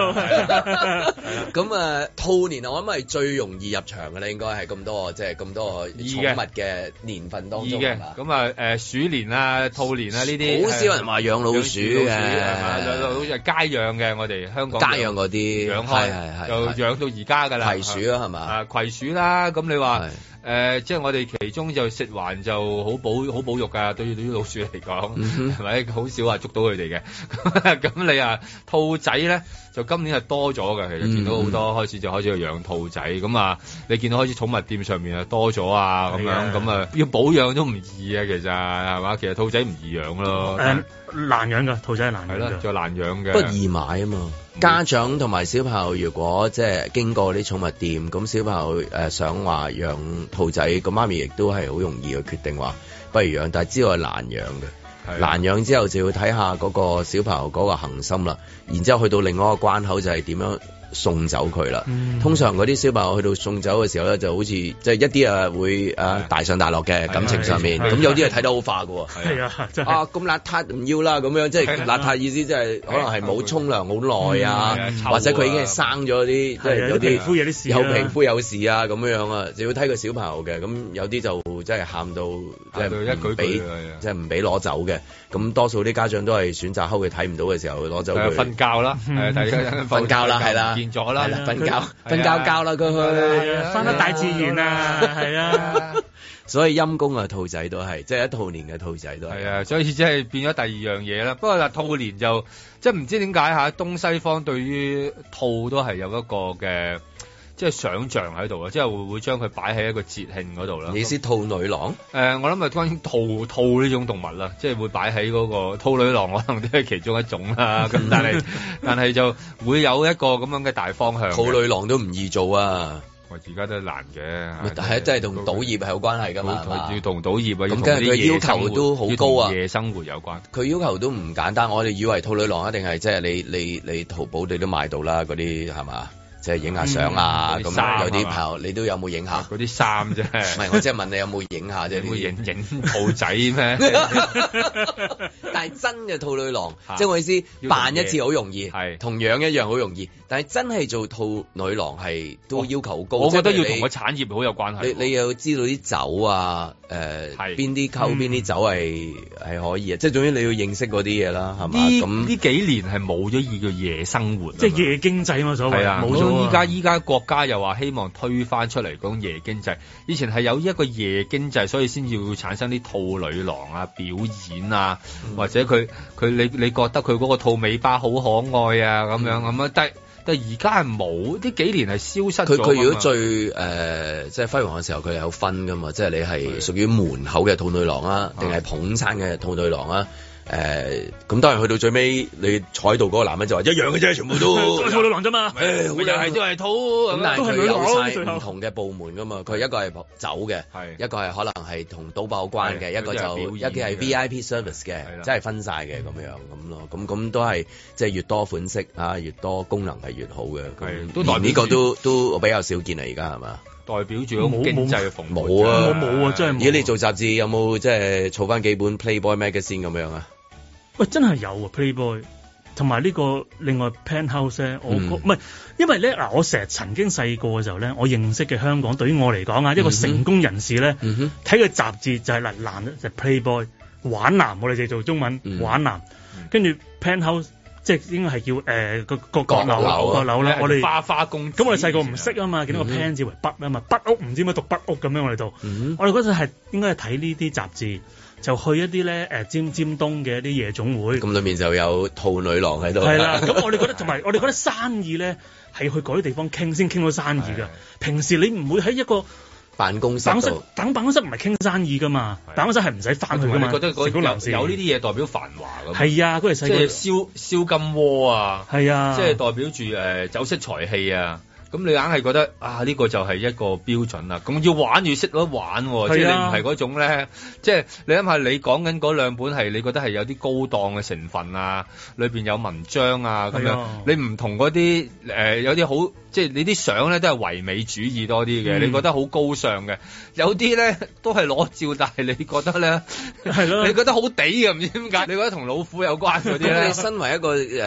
度。咁啊，兔年我諗係最容易入場嘅啦，應該係咁多即係咁多易寵嘅物嘅年份二當中係嘅，嘛？咁啊誒鼠年啊、兔年啊呢啲，好少人話養老鼠嘅養係嘛養老啊鼠係街養嘅，我哋香港家養嗰啲，養係係開，係就係養到而家㗎啦，提鼠啦，係嘛？啊葵鼠啦，咁你話係誒，呃即係我哋其中就食環就好保好保育㗎，對於啲老鼠嚟講，嗯哼係咪好少話捉到佢哋嘅？ 咁你啊兔仔咧，就今年係多咗嘅，嗯其實見到好多開始就開始去養兔仔，咁啊你見到開始寵物店上面啊多咗啊咁係樣，啊咁啊要保養都唔易啊，其實係嘛？其實兔仔唔易養咯，誒難養㗎，兔仔係難係養咯，㗎。就難養嗯不過嘅。易買啊嘛。家長同埋小朋友，如果即係經過啲寵物店，咁小朋友誒、呃想話養兔仔，咁媽咪亦都係好容易去決定話不如養，但係知道係難養嘅。係啊難養之後就要睇下嗰個小朋友嗰個恒心啦，然之後去到另外一個關口就係點樣送走佢啦。嗯通常嗰啲小朋友去到送走嘅時候咧，就好似即係一啲啊會啊大上大落嘅感情上面，係係咁有啲係睇得好化嘅喎。係啊， 真係啊，咁邋遢唔要啦，咁樣即係邋遢意思即係可能係冇沖涼好耐啊嗯係，啊或者佢已經係生咗啲即係係啊有啲皮啲膚有啲事啦有皮膚有事啊咁樣樣啊，就要睇個小朋友嘅。咁有啲就即係喊到即喊到一係舉舉唔俾佢係啊即係唔俾攞走嘅。咁多數啲家長都係選擇睺佢睇唔到嘅時候攞走誒佢。瞓覺啦，誒大家瞓覺啦，係啦，唔見咗啊啦係，瞓佢覺，瞓覺覺啦，佢去。係啊翻得大自然啊，係 啊。所以陰公啊，兔仔都係，即係一兔年嘅兔仔都係係。啊，所以即係變咗第二樣嘢啦。不過嗱，兔年就即係唔知點解嚇，東西方對於兔都係有一個嘅即係想像喺度啊，即係會會將佢擺喺一個節慶嗰度啦。你意思兔女郎？誒、我諗啊，關於兔兔呢種動物啦，即係會擺喺嗰、個兔女郎，可能都係其中一種啦。 咁但係但係就會有一個咁樣嘅大方向嘅。兔女郎都唔易做啊！我而家都難嘅，但係真係同賭業係有關係㗎嘛？係嘛要同賭業咁啊，要同梗係啲佢夜要求生活都好要高啊同夜生活有關。佢要求都唔簡單，我哋以為兔女郎一定係即係你你你淘寶你都買到啦嗰啲係嘛？即係影下相啊嗯咁嗰啲衫啊樣。有啲嘛啊朋友你都有冇影下？嗰啲衫啫，唔係我即係問你有冇影 下啫？會呢啲影影兔仔咩？ 但係真嘅兔女郎嚇，即係我意思，要扮同一嘢次好容易，係同樣一樣好容易，但係真係做兔女郎係都要求好高。哦我覺得即係要你同個產業好有關你係。你又知道啲酒啊，誒邊啲溝嗯邊啲酒係係可以啊，即係總之你要認識嗰啲嘢啦，係嘛？呢咁呢幾年係冇咗呢個夜生活啊嘛，即係夜經濟嘛所謂，係啊，冇咗啊依家依家國家又話希望推翻出嚟講夜經濟，以前係有一個夜經濟，所以先至會產生啲兔女郎啊、表演啊，嗯或者佢佢你你覺得佢嗰個兔尾巴好可愛啊咁樣咁樣，但係但係而家係冇，呢幾年係消失佢咗啊嘛。佢如果最誒即係輝煌嘅時候，佢係有分噶嘛，即係你係屬於門口嘅兔女郎啦，定係捧餐嘅兔女郎啦。誒咁當然去到最尾，你坐喺度嗰個男人就話一樣嘅啫，全部都都係兔女郎啫嘛，誒好咪又係都係兔咁咁但係樣都佢係女郎咯有最晒後唔同嘅部門噶嘛，佢一個係酒嘅，係一個係可能係同賭博有關嘅，係啊一個有就啲係表一演個係嘅 V I P service 係嘅，啦即係分晒嘅咁樣咁咯。咁咁都係即係越多款式啊，越多功能係越好嘅。係咁都代表連呢個都都比較少見啊，而家係嘛？代表住嗰個經濟嘅蓬勃冇啊，冇冇啊真係嗯冇啊如果你做雜誌有冇即係儲翻幾本 Playboy magazine 咁樣啊？喂，真係有啊，Playboy。同埋呢個另外 penthouse 咧，我嗯覺唔係，因為咧嗱，我成日曾經細個嘅時候咧，我認識嘅香港對於我嚟嗯講啊，一個成功人士咧，嗯哼，睇佢雜誌就係嗱男就 Playboy，玩男我哋就做中文嗯玩男，跟住 penthouse 即係應該係叫誒個個閣閣樓樓啊閣樓啦，我哋花花公子咁我哋細個唔識啊嘛，見到個嗯 pen 字為筆啊嘛，筆屋唔知點解讀筆屋咁樣我哋度。嗯我哋嗰陣係應該係睇呢啲雜誌，就去一啲咧誒尖尖東嘅一啲夜總會。咁裏面就有兔女郎喺度。係 啦，咁我哋覺得同埋我哋覺得生意咧係去嗰啲地方傾先傾到生意㗎係。平時你唔會喺一個辦公室辦公室度。等辦公室唔係傾生意㗎嘛，係辦公室係唔使翻去同㗎埋嘛。你覺得嗰成功男士有有呢啲嘢代表繁華咁，係啊，嗰陣即細個係燒燒金鍋啊。係啊，即係代表住誒、呃酒色財氣啊！咁你硬係覺得啊，呢、個就係一個標準啦。咁要玩要識得玩喎、即係係你啊唔係嗰種咧，即係你諗下，你講緊嗰兩本係你覺得係有啲高檔嘅成分啊，裏邊有文章啊咁係樣啊，你唔同嗰啲誒有啲好，即係你啲相咧都係唯美主義多啲嘅，嗯你覺得好高尚嘅，有啲咧都係裸照，但係你覺得咧， 係咯你覺得好地嘅，唔知點解，你覺得同老虎有關咁嗰啲咧你，身為一個誒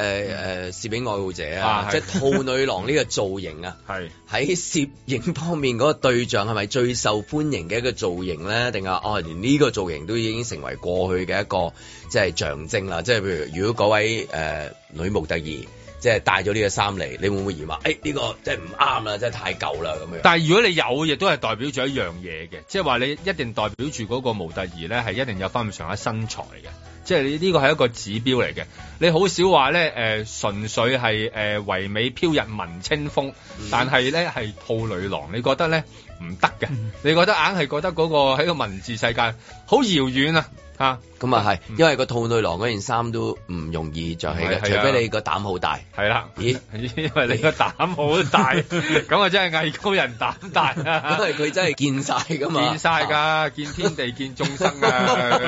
誒攝影愛好者啊啊，係即係兔女郎呢個造型啊，係喺攝影方面嗰個對象係咪最受歡迎嘅一個造型咧？定係哦，連呢個造型都已經成為過去嘅一個即係象徵啦。即係譬如，如果嗰位誒、呃女模特兒即係帶咗呢個衫嚟，你會唔會嫌話誒呢個即係唔啱啦，即係太舊啦咁樣？但係如果你有，亦都係代表住一樣嘢嘅，即係話你一定代表住嗰個模特兒咧，係一定有翻咁上下身材嘅，即係你呢個係一個指標嚟嘅。你好少話咧誒，純粹係誒、呃、唯美飄逸文青風，嗯但係咧係兔女郎，你覺得咧唔得嘅嗯，你覺得硬係覺得嗰、個喺個文字世界好遙遠啊嚇。咁啊係嗯，因為個兔女郎嗰件衫都唔容易着起嘅，係係啊除非你個膽好大。係啦， 咦因為你個膽好 大，咁啊真係藝高人膽大啊因！為佢真係見晒噶嘛，見晒 㗎，見天地，見眾生啊，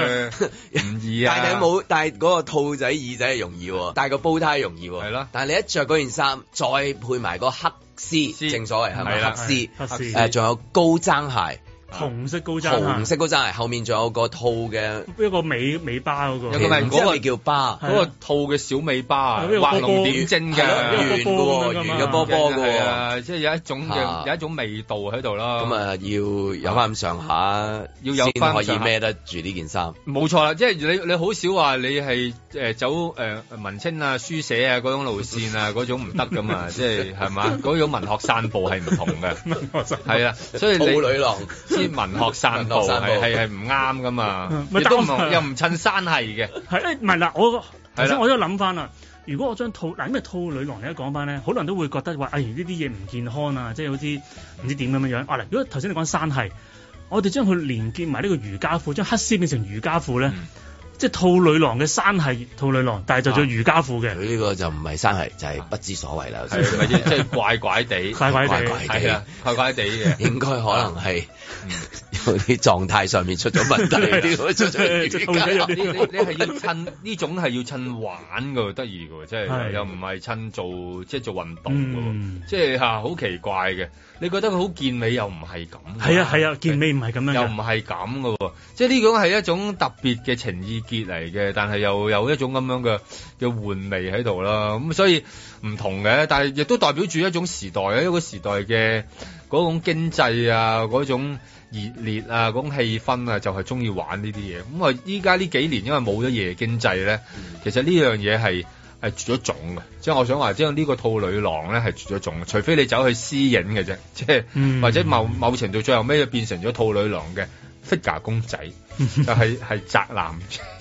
唔易啊！戴頂帽，戴嗰個兔仔耳仔係容易喎，戴個煲呔容易喎。係咯但係你一着嗰件衫，再配埋個黑絲，絲正所謂係咪係啦黑絲？黑絲誒，仲有高踭鞋，紅色高踭紅色高踭鞋，後面仲有個兔嘅，色一個尾尾巴嗰個有。個 咪唔知係嗰個咪叫巴？嗰個兔嘅小尾巴啊，係啊畫龍點睛係咯有個嗯嘅，波波咁樣㗎圓嘅喎，嘛圓嘅波波嘅係喎。啊，即係有一種啊嘅有一種味道喺度啦。咁啊，要有翻咁上下，要有先返可以上下孭得住呢件衫。冇錯啦，即係你你好少話你係誒走誒文青啊、書寫啊嗰種路 線啊，嗰種唔得噶嘛，即係係嘛，嗰種文學散步係唔同 嘅，係啊，所以兔你女郎先文學散步文學散步係係係唔啱噶嘛嗯，亦都唔咪得又唔襯山系嘅，係誒，唔係嗱，我頭係啦先我都諗翻啦。啊如果我將兔嗱，因為兔女郎你一講翻咧，好多人都會覺得話，哎，呢啲嘢唔健康啊，即係好似唔知點咁樣樣。啊嗱，如果頭嗯先你講山系，我哋將佢連結埋呢個瑜伽褲，將黑絲變成瑜伽褲咧，即係兔女郎嘅山係兔女郎，但係就啊做瑜伽褲嘅。佢呢個就唔係生係，就係不知所謂啦。係咪即係怪怪地？啊怪怪地係啊，怪怪地 嘅。應該可能係有啲狀態上面出咗問題， 呢個啊出咗你你你係要趁呢種係要趁玩㗎喎，得意㗎喎，即係係又唔係趁做即係做運動㗎嗯喎，即係嚇好奇怪嘅。你覺得佢好健美又唔係咁㗎，係啊係啊，健美唔係咁樣嗯又嘅唔。係咁㗎喎，即係呢種係一種特別嘅情意結嚟嘅，但係又有一種咁樣嘅嘅玩味喺度啦。咁所以唔同嘅，但係亦都代表住一種時代嘅一個時代嘅嗰種經濟啊，嗰種熱烈啊，嗰種氣氛啊，就係中意玩呢啲嘢。咁啊，依家呢幾年因為冇咗夜經濟咧，嗯其實呢樣嘢係。係絕咗種嘅，即係我想話，即係呢個兔女郎咧係絕咗種嘅，除非你走去私影嘅啫，即係、嗯或者某某程度最後尾就變成咗兔女郎嘅 figure 公 仔，就係係宅男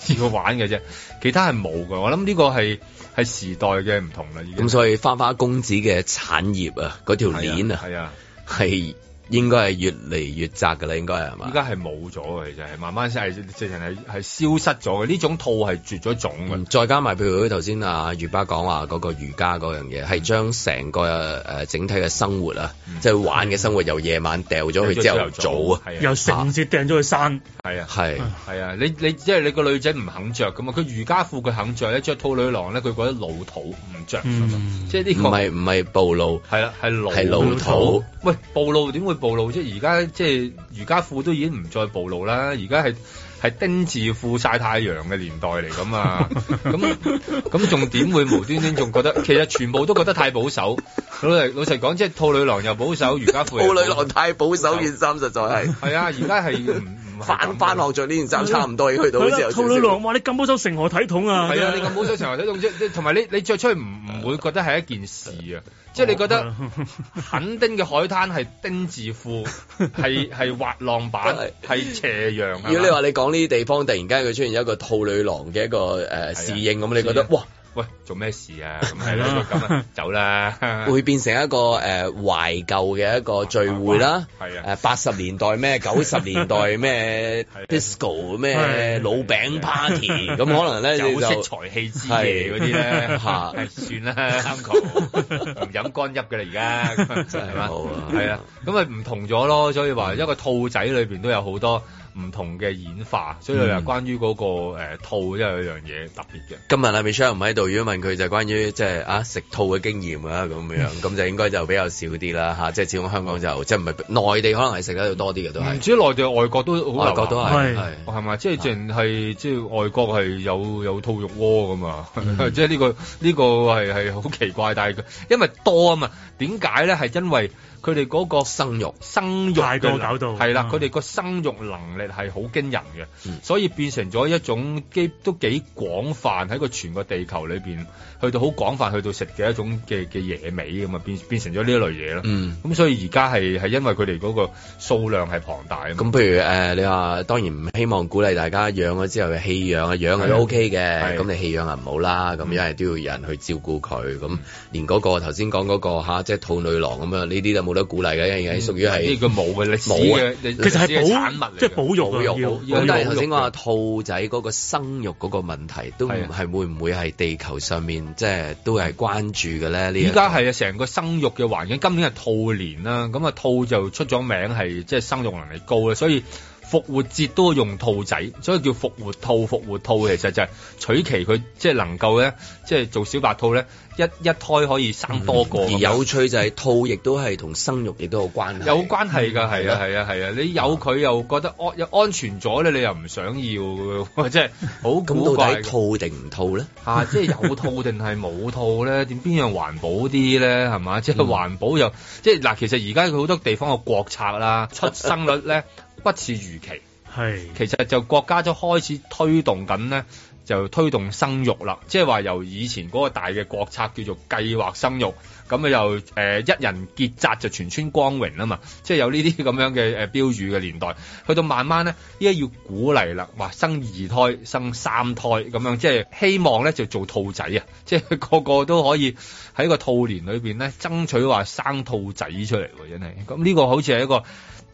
要玩嘅啫，其他係冇嘅。我諗呢個係係時代嘅唔同啦，已經咁所以花花公子嘅產業啊，嗰條鏈啊，係啊，係應該係越嚟越窄㗎啦，應該係嘛依？家係冇咗嘅，其實係慢慢係直情係係消失咗嘅。呢種兔係絕咗種嘅。嗯再加埋譬如頭先啊，月巴講話嗰個瑜伽嗰樣嘢，係將成個誒、呃整體嘅生活啊，即係玩嘅生活由夜晚掉咗去朝頭早啊，係啊由城節掟咗去山，係啊，係係啊，你你即係你個女仔唔肯着咁嘛，啊佢瑜伽褲佢肯着，一着兔女郎咧佢覺得老土唔着，啊即係 呢嗯唔個係唔係暴露，係啦係老係老土。喂，暴露點會暴露啫？而家即係瑜伽褲都已經唔再暴露啦，而家係係丁字褲曬太陽嘅年代嚟㗎 嘛。咁咁仲點會無端端仲覺得？其實全部都覺得太保守。老實老實講，即係兔女郎又保守，瑜伽暴褲嗯又女郎太保守件衫實在係係啊！而家係唔唔係咁啊翻翻學着呢件衫差唔多，去到好似係有啦少兔女少。郎，哇！你咁保守成何體統啊？係啊，你咁冇想成日睇用啫，同埋你你著出去唔唔會覺得係一件事啊，即係你 覺得肯丁嘅海灘係丁字褲， 係係滑浪板，係斜陽。係嘛如果你話你講呢啲地方，突然間佢出現一個兔女郎嘅一個誒侍應，咁你覺得哇，喂做咩事啊？咁係啦，咁啊走啦，會變成一個誒、呃、懷舊嘅一個聚會啦，係啊誒八十年代咩，九十年代咩 disco 咩係老餅 party，咁可能咧你酒色就財氣之夜嗰啲咧，嚇係算啦，三球唔飲乾邑嘅啦，而家真係好啊係啊，咁咪唔同咗咯，所以話一個兔仔裏邊都有好多唔同嘅演化，所以嗯話關於嗰個誒兔真係有樣嘢特別嘅。今日阿 Michelle 唔喺度，如果問佢就關於即係啊食兔嘅經驗啊咁樣，咁就應該就比較少啲啦嚇，即係始終香港就即係唔係內地可能係食得多啲嘅都唔係，知內地外國都嗯好外國都係係係。哦係咪？啊即係淨係即係外國係有有兔肉鍋㗎嘛？嗯 即係呢個呢個係係好奇怪，但係佢因為多啊嘛，點解咧？係因為佢哋嗰個生啊肉生育太嘅過能搞到係啦，嗯佢哋個生育能力係好驚人嘅嗯，所以變成咗一種基都幾廣泛喺個全個地球裏邊，去到好廣泛去到食嘅一種嘅嘅野味咁啊，變變成咗呢一類嘢咯。嗯。咁所以而家係係因為佢哋嗰個數量係龐大啊嘛。咁譬如誒、呃你話當然唔希望鼓勵大家養咗之後嘅棄養啊，養係都 OK 係嗯嘅，咁你棄養啊唔好啦，咁因為都要有人去照顧佢，咁連嗰、個頭先講嗰個嚇，即係兔女郎咁樣，呢啲就冇得鼓勵嘅，因為屬於嗯呢係。個冇嘅歷史冇啊嘅，歷其實歷史嘅係產保物，嚟即係嘅。保育保啊，育要好，要咁但係保頭育先我話兔仔嗰個生育嗰個問題，都唔係啊係會唔會係地球上面即係都係關注嘅咧？呢一依家係啊，成個生育嘅環境，今年係兔年啦，咁啊兔就出咗名係即係生育能力高啦，所以復活節都用兔仔，所以叫復活兔。復活兔其實就係取其佢即係能夠咧，即係做小白兔咧，一一胎可以生多個而咁樣。嗯有趣就係兔亦都係同生育亦都有關係。有關係嗯㗎，係啊，係啊，係啊！你有佢又覺得安又安全咗咧，你又唔想要 㗎喎，即係好古咁到怪底嘅。兔定唔兔咧？嚇、啊即係有套定係冇套咧？點邊樣環保啲咧？係嘛？即係環保又即係嗱，其實而家好多地方嘅國策啦，出生率咧不似預期，係其實就國家都開始推動緊咧，就推動生育啦。即係話由以前嗰個大嘅國策叫做計劃生育，咁啊又誒、呃一人結紮就全村光榮啊嘛，即係有呢啲咁樣嘅誒標語嘅年代，去到慢慢咧，依家要鼓勵啦，話生二胎、生三胎咁樣，即係希望咧就做兔仔啊， 即係個個都可以喺個兔年裏邊咧爭取話生兔仔出嚟喎，真係咁呢個好似係一個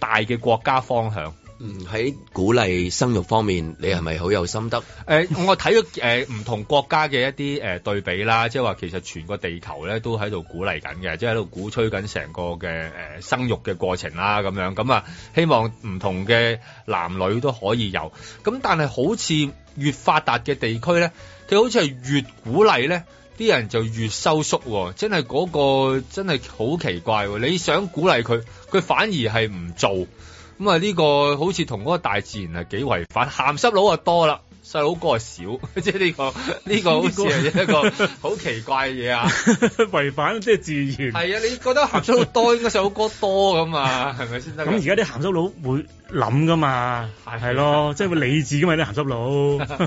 大嘅國家方向。嗯喺鼓勵生育方面，你係咪好有心得？誒、我睇咗誒唔同國家嘅一啲誒、對比啦，即係話其實全個地球咧都喺度鼓勵緊嘅，即係喺度鼓吹緊成個嘅誒、生育嘅過程啦，咁樣咁啊，希望唔同嘅男女都可以有。咁但係好似越發達嘅地區咧，佢好似係越鼓勵咧。啲人就越收縮喎，真係嗰、個真係好奇怪喎！你想鼓勵佢，佢反而係唔做。咁啊，呢個好似同嗰個大自然係幾違反，鹹濕佬啊多啦。細佬哥係啊少， 即係呢個呢、個好似係一個好奇怪嘅嘢 啊！違反即係自然。係啊，你覺得鹹濕佬多應該細佬哥多咁啊？係咪先得㗎？咁而家啲鹹濕佬會諗噶嘛，係咯，即係會理智噶嘛啲鹹濕佬。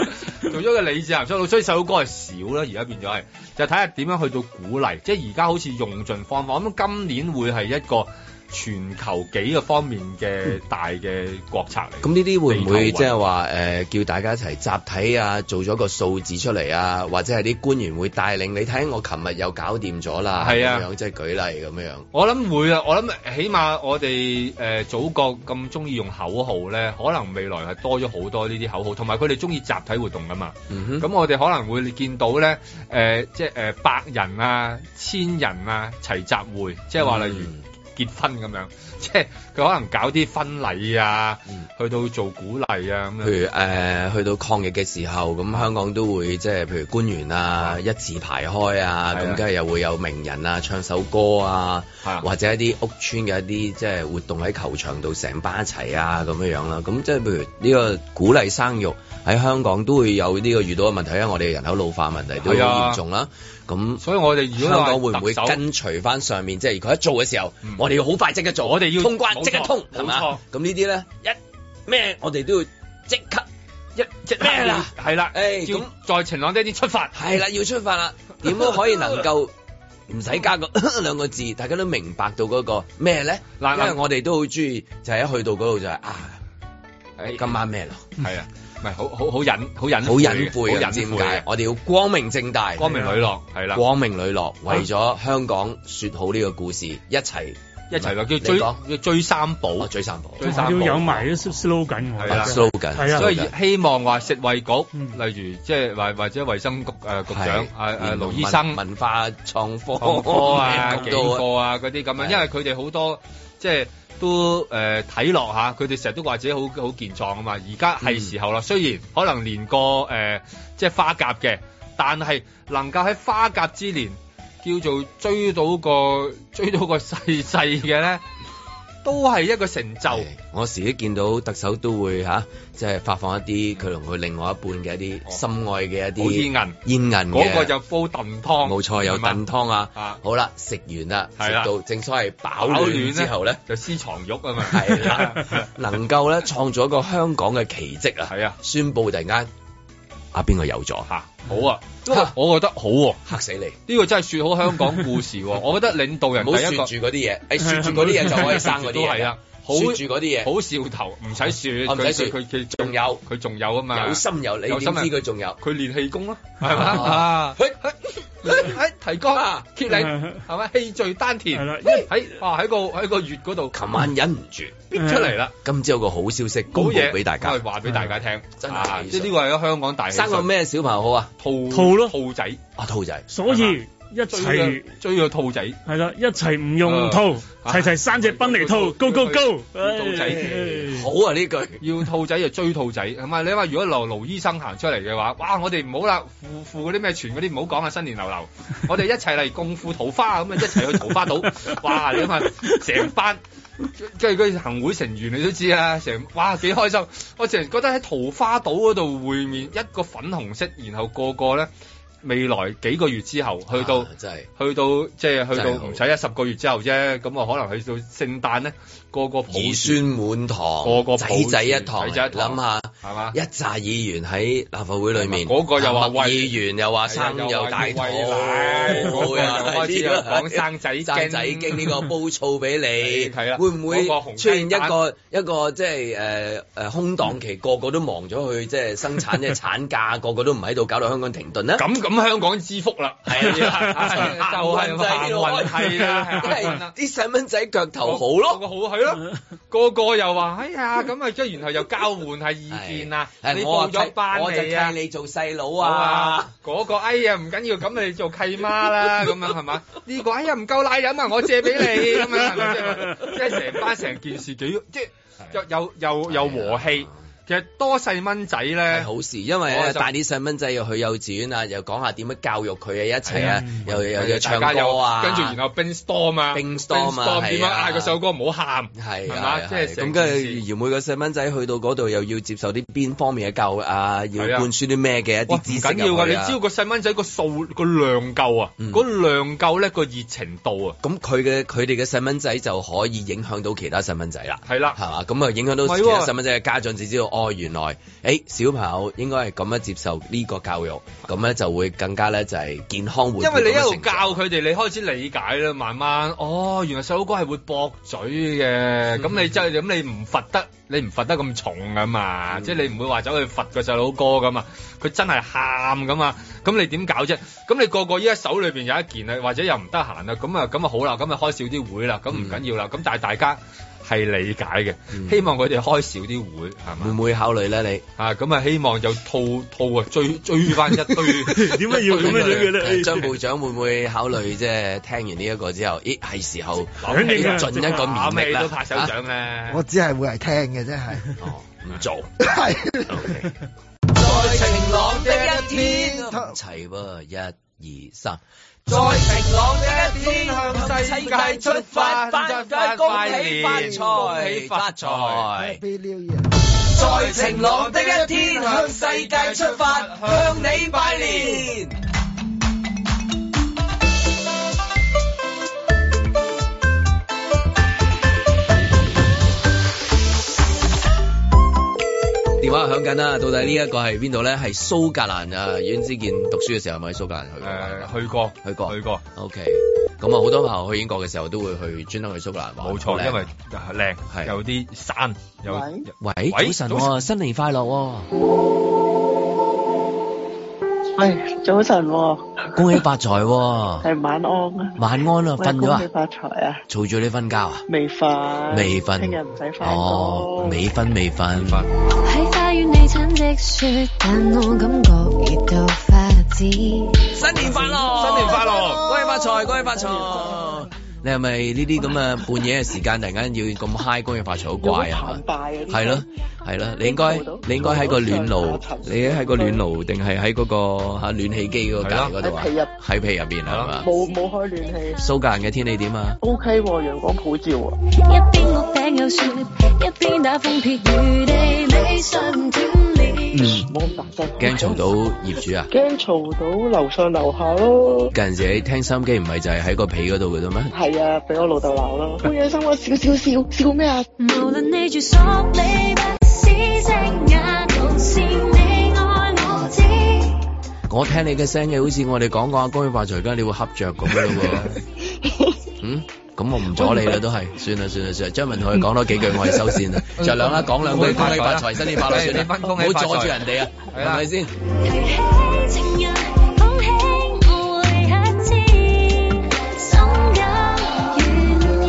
做咗個理智鹹濕佬，所以細佬哥係少啦，而家變咗係就睇下點樣去到鼓勵，即係而家好似用盡方法。咁今年會係一個全球幾個方面嘅大嘅國策嚟。咁呢啲會唔會地球運即係話誒叫大家一齊集體啊，做咗個數字出嚟啊，或者係啲官員會帶領你睇，我琴日又搞掂咗啦，係啊咁樣即係舉例咁樣。我諗會啊！我諗起碼我哋誒、呃祖國咁中意用口號咧，可能未來係多咗好多呢啲口號，同埋佢哋中意集體活動噶嘛。嗯咁、哼，我哋可能會見到咧誒、呃即係誒、呃百人啊、千人啊齊集會，即係話例如嗯結婚咁樣， 即係佢可能搞啲婚禮啊，去到做鼓勵啊咁樣。嗯譬如誒、呃去到抗疫嘅時候，咁香港都會即係譬如官員啊一字排開啊，係啊咁梗係又會有名人啊唱首歌啊係啊，或者一啲屋村嘅一啲即係活動喺球場度成班一齊啊咁樣樣啦。咁即係譬如呢個鼓勵生育喺香港都會有呢個遇到嘅問題，因為我哋人口老化問題都係啊好嚴重啦。咁所以我哋如果香話港會唔會特首跟隨翻上面？即係佢一做嘅時候，嗯我哋要好快即刻做，我哋要通關冇錯即刻通，冇係嘛錯？咁呢啲咧一咩我哋都要即刻。一一咩啦係啦，誒要咁在晴朗的一天出發，係啦，要出發啦，點都可以能夠唔使加個兩個字，大家都明白到嗰個咩咧？嗱因為我哋都好中意，就係一去到嗰度就係啊，今晚咩咯？係啊，唔係好好好隱好隱嗯好隱晦晦嘅啊，好唔知隱點晦解嘅？我哋要光明正大，光明磊落係啦，光明磊落，為咗香港説好呢個故事，一齊一齊話你講啊叫追叫追三寶我，追三寶。追三要寶有埋啲 slogan 係啦喎。 slogan，係啊所以係希望話食衛局，嗯例如即係或或者衛生局誒局長係啊誒連盧同醫生文、文化創科創科 啊幾到個啊嗰啲咁樣，係因為佢哋好多即係。都誒睇落下，佢哋成日都話自己好好健壯啊嘛，而家係時候啦。雖然可能連個誒、呃即係花甲嘅，但係能夠喺花甲之年叫做追到個 追到個細細嘅咧，都係一個成就。係我時都見到特首都會嚇，即係發放一啲佢同佢另外一半嘅一哦啲心愛嘅一好啲煙韌煙韌嘅嗰個就煲燉湯，冇錯，有係嘛燉湯啊啊。好啦，食完啦，係食啦啊到正所謂飽暖之後咧，就私藏肉啊嘛，係 啦，能夠咧創造一個香港嘅奇蹟啊！係啊，宣佈突然間啊，邊個有咗嚇好啊嚇，我覺得好喎、嚇死你！呢個真係説好香港故事 喎、我覺得領導人唔第好説一個住嗰啲嘢，誒説住嗰啲嘢就可以生嗰 都啲嘢係啊啦，，好説住嗰啲嘢，好笑頭，唔使説，我唔使説佢佢佢佢仲有佢仲有啊嘛，有心有理，有點心啊知有佢仲有？佢練氣功咯，係嘛哦啊？嘿喺提綱啊，揭 領係咪氣聚丹田？係啦喺哇喺個喺個月嗰度琴晚忍唔住。逼出嚟啦，今朝有個好消息好公嘢佈俾大我家係，話俾大家聽，真係啊喜訊即係呢個係香港大喜訊生個咩小朋友好啊？兔兔咯兔仔啊，兔仔，所以一追個齊追個兔仔，係啦，一齊唔用套，啊齊齊三隻賓嚟套，Go Go Go！兔仔唉好啊呢句，要兔仔就追兔仔，係咪？你話如果劉盧醫生行出嚟嘅話，哇！我哋唔好啦，負負嗰啲咩傳嗰啲唔好講啊，新年 流流，我哋一齊嚟共赴桃花咁啊，一齊去桃花島，哇！你諗下，成班跟住佢行會成員你都知啊，成哇幾開心！我成日覺得喺桃花島嗰度會面，一個粉紅色，然後個個咧未來幾個月之後去到。啊真係去到即係去到真係好唔使一十個月之後啫，咁我啊可能去到聖誕咧，個個抱兒住孫滿堂，個個抱仔仔一堂，仔仔一諗堂下係嘛一紮議員喺立法會裏面，嗰個又話默喂議員又話生係啊又又話大哎要肚，喂奶 嗰個又開始啊又講生仔經生仔經呢個煲醋俾你，係啦會唔會嗰個紅出現一雞蛋個一個即係誒誒空檔期，個個都忙咗去即係生產嘅產假，個個都唔喺度，搞到香港停頓咧？咁咁香港之福啦，係 dạ, 啊，就係就係呢度運係啦，因為啲細蚊仔腳頭好咯，個個好係咯，個個又話哎呀咁啊，即係然後又交換下意見啊，你係我啊報咗班契我就未啊契？你做細佬好啊啊，，嗰個哎呀唔緊要，咁你做契媽啦，咁樣係嘛？呢個哎呀唔夠奶飲啊，我借俾你咁樣係咪？即係即係成班成件事幾即係又又又又和氣。其實多細蚊仔咧係好事，因為我咧就帶啲細蚊仔又去幼稚園啊，又講下點樣教育佢啊，一齊啊，又又又大唱家歌啊，跟住然後 brainstorm 啊 brainstorm 啊點係樣啊嗌嗰首歌唔好喊，係係啊嘛？，即係係成咁件跟事住，而每個細蚊仔去到嗰度又要接受啲邊方面嘅教育啊，要係啊灌輸啲咩嘅一啲哇唔知識緊要啊，嗯啊！你只要個細蚊仔個數個量夠啊，嗰量夠咧個熱情度啊，咁佢嘅佢哋嘅細蚊仔就可以影響到其他細蚊仔啦，係啦，係嘛？咁啊影響唔到係其喎他細蚊仔嘅家長，只知道哦原來，誒小朋友應該係咁樣接受呢個教育，咁咧就會更加咧就係健康活潑因為你咁一樣路成教佢哋，你開始理解啦，慢慢哦，原來細佬哥係會駁嘴嘅，咁你即係咁你唔罰得，你唔罰得咁重噶嘛，即係你唔會話走去罰個細佬哥噶嘛，佢真係喊噶嘛，咁你點搞啫？咁你個個依家手裏邊有一件啊，或者又唔得閒啦，咁啊咁啊好啦，咁啊開少啲會啦，咁唔緊要啦，咁但係大家。係理解嘅，希望佢哋開少啲會，係嘛？嗯會唔會考慮咧？你啊，咁啊，希望就套套啊，追追翻一堆， 點解要咁樣樣嘅咧誒張部長會唔會考慮即係聽完呢一個之後，咦係時候諗起盡一個勉諗起力啦，都拍手掌啊啊咧。 我只係會係聽嘅啫，係。唔做。係。在晴朗的一天，齊喎，一二三。在晴朗的一天，向世界出發，發發恭喜發財，發財。 Happy New Year！ 在晴朗的一天，向世界出發，向你拜年。電話響緊啦，到底呢一個係邊度咧？係蘇格蘭啊！阮之健讀書嘅時候，係咪喺蘇格蘭去過？呃誒，去過，去過，去過。 OK，咁啊，好多朋友去英國嘅時候都會去專登去蘇格蘭玩。冇好錯，靚因為呃靚，有啲山，有喂，喂早晨早喎，新年快樂喎，喂，早晨喎、恭喜發財 喎，係晚安啊，晚安啊，喂瞓咗恭啊喜，發財啊，嘈住你瞓覺啊？未瞓，未瞓聽日唔使翻哦，未瞓未瞓。喺花園地產積雪，但我感覺熱到發指。新年快樂，新年快樂，恭喜發財，恭喜發財。你係咪呢啲咁嘅半夜嘅時間突然間要咁 high 恭喜發財好怪啊？拜啊，啲係咯，係咯，你應該你應該喺個暖爐，你喺個暖爐定係喺嗰個嚇暖氣機嗰個隔離嗰度啊？喺被入喺被入邊係嘛？冇冇開暖氣蘇格蘭嘅天氣點啊？ ，O K 喎，陽光普照啊，一邊屋頂有雪，一邊打風撇雨，地理想斷裂。嗯，驚嘈到業主啊！驚嘈到樓上樓下咯，近時你聽收音機唔係就係喺個被嗰度嘅啫咩？係啊，俾我老豆鬧咯，半夜三更少少少少咩啊？無論你住索里不是正也無視你愛我知。我聽你嘅聲嘅，好似我哋講講下恭喜發財，而家你會恰着咁嘅咯喎。嗯，咁我唔阻你啦，都係，算啦算啦算啦。張文同佢講多幾句，我哋收線啦。就兩啦，講兩句恭喜發財，新年快樂，算你分啦，唔恭喜發好阻財住人哋啊，係係啦咪先？提起情人，講起我會乞嗤，心有願意。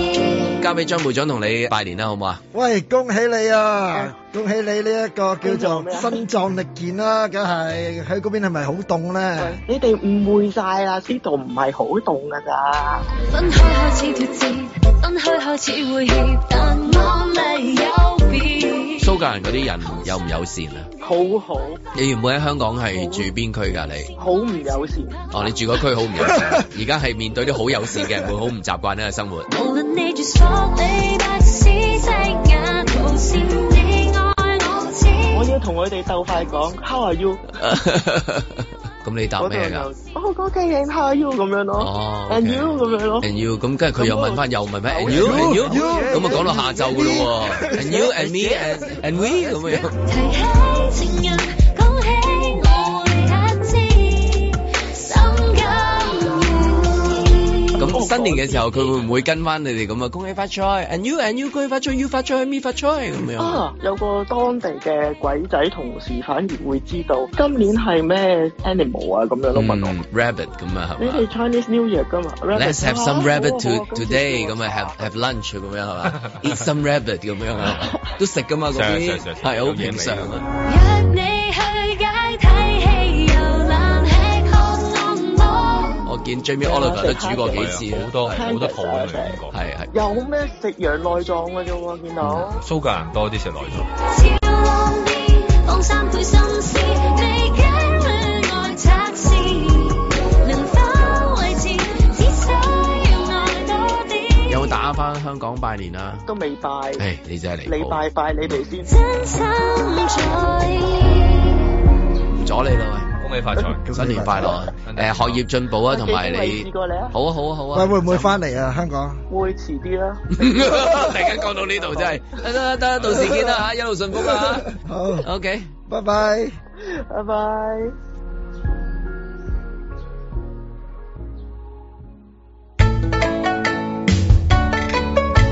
交俾張部長同你拜年啦，好唔好啊？喂，恭喜你啊！恭喜你呢一個叫做身壯力健啦，梗係喺嗰邊係咪好凍咧？你哋誤會晒啦，呢度唔係好凍㗎咋。分開開始脱節，分開開始會怯，但我未有變。蘇格蘭嗰啲人友唔友善啊？好好，你原本喺香港係住邊區㗎？你？好唔友善。哦，你住嗰區好唔友善，而家係面對啲好友善嘅人，會好唔習慣呢個生活。無論你住索里不是隻眼，無視你愛我知。我要同佢哋鬥快講，How are you？咁你答咩㗎？我嗰句嘢 How are you 咁樣咯，And you 咁樣咯。 And you 咁，跟住佢又問翻，又問翻 And you and you，咁啊講到下晝噶咯喎，And you and me and and we 咁樣，提起情人，講起我會乞嗤，心甘願意。咁新年嘅時候，佢會唔會跟翻你哋咁啊？恭喜發財，and you and you 恭喜發財，you 發財，me 發財咁樣。啊，有個當地嘅鬼仔同事反而會知道今年係咩 animal 啊咁樣咯，問我。Ừ, rabbit 咁啊，係你嘛哋 Chinese New Year 噶嘛？Let's have 好 some 啊 rabbit 好 to 啊咁 today 咁啊，have have lunch 咁樣係嘛？Eat some rabbit 咁樣啊， 都食噶嘛嗰啲常常常係好平常啊。約你去街睇戲，遊覽吃喝送摸。我見 Jamie Oliver 都煮過幾次啊，好多好多鋪啊英國，係係有咩食羊內臟嘅啫喎，見到。蘇格蘭多啲食內臟，要往面放三倍心思，未經戀愛測試，能否維持？只需要愛多啲，有冇打翻香港拜年啊？都未拜，誒，你真係離你譜，拜拜你哋先。真心在。唔阻你啦恭喜發財，喂，新年快樂啊！誒，學業進步啊，同埋幾你試過你啊？好啊好啊好喂，啊！會唔會翻嚟啊？香 港？會遲啲啦。 突然間講到呢度真係，得得得，到時見啦 嚇，一路順風啊啦好，OK，拜拜。拜拜。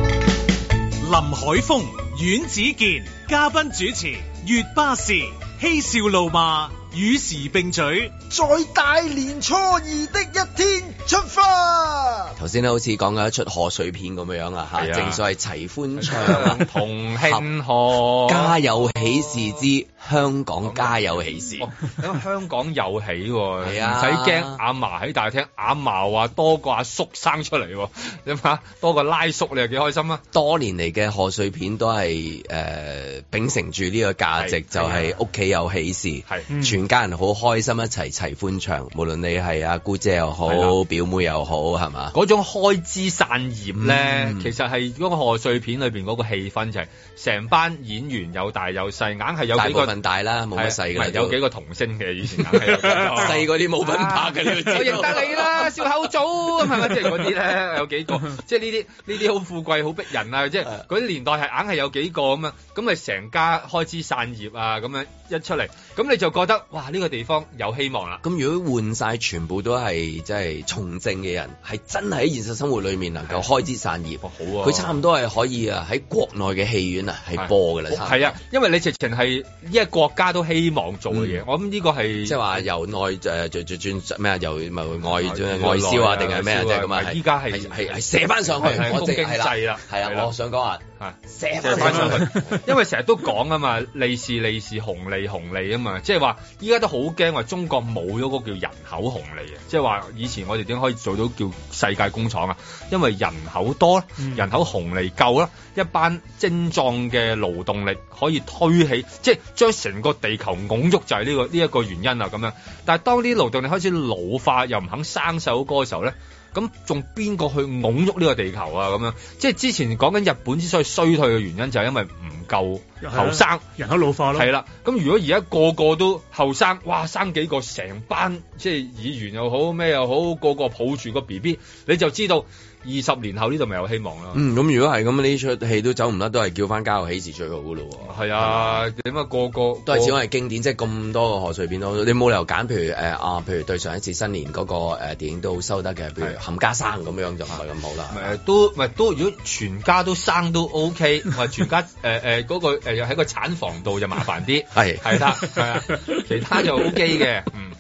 林海峰、阮子健，嘉賓主持，月巴士嬉笑怒罵，與時並舉。在大年初二的一天出發。頭先咧好似講緊一出賀歲片咁樣啊嚇，係啊正所謂齊歡 唱啊，同慶賀家有喜事之香港家有喜事。哦因為香港有喜喎，唔係啊使驚阿嫲喺大廳，阿嫲話多過阿叔生出嚟喎，你諗下多過拉叔，你又幾開心啊？多年嚟嘅賀歲片都係誒、呃秉承住呢個價值，係啊就係屋企有喜事，係全家人好開心一齊齊歡唱，無論你係阿姑姐又係好，表妹又好，係嘛？嗰種開枝散葉咧，嗯其實係嗰個賀歲片裏邊嗰個氣氛就係成班演員有大有細，硬係有大幾部個分大啦，冇乜細㗎係啊啦唔係，有幾個個童星嘅以前硬係有幾個 細嗰啲冇品牌嘅，你都知道 我認得你啦，笑口組咁係咪？即係嗰啲咧有幾 個，即係呢啲呢啲好富貴好逼人啊！即係嗰啲年代係硬係有幾個咁啊，咁咪成家開枝散葉啊咁樣一出嚟，咁你就覺得哇呢個地方有希望啦！咁如果換晒全部都係即係從政嘅人，係真係喺現實生活裏面能夠開枝散葉，好啊佢差唔多係可以啊喺國內嘅戲院啊係播㗎啦，差唔多係啊，因為你直情係呢個國家都希望做嘅嘢，我諗呢個係嗯即係話由內誒轉轉轉咩啊？由咪外呃內外銷啊，定係咩啊？內銷啊即係咁啊！依家係係係射翻上去，係係我直供經濟啦係係啦，啦我想講啊，係射即翻係翻上上去。去，因為成日都講啊嘛，利是利是紅利紅利啊嘛，即係話依家都好驚話中國冇咗嗰個叫人口紅利啊，即係話以前我哋點可以做到叫世界工廠啊？因為人口多啦，人口紅利夠啦，一班精壯嘅勞動力可以推起，即係將成個地球拱喐就係呢、個呢一、個原因啊咁樣。但係當啲勞動力開始老化又唔肯生細佬哥嘅時候咧。咁仲邊個去拱喐呢個地球啊？咁樣即係之前講緊日本之所以衰退嘅原因，就係因為唔夠後生，人口老化咯。係啦。咁如果而家個個都後生，哇，生幾個成班即係議員又好咩又好，個個抱住個 B B，你就知道二十年後呢度咪有希望啦。嗯，咁如果係咁，呢出戲都走唔甩，都係叫翻《家有喜事》最好噶咯喎。係啊，點解個個都係只可以經典，即係咁多個賀歲片都，你冇理由揀，譬如誒啊，譬如對上一次新年嗰個誒電影都好收得嘅，譬如冚家生咁樣就唔係咁好啦。誒都唔係都，如果全家都生都 O K，話全家誒誒嗰個誒喺個產房度就麻 煩啲，係係啦，係啊，其他就 O K 嘅，嗯，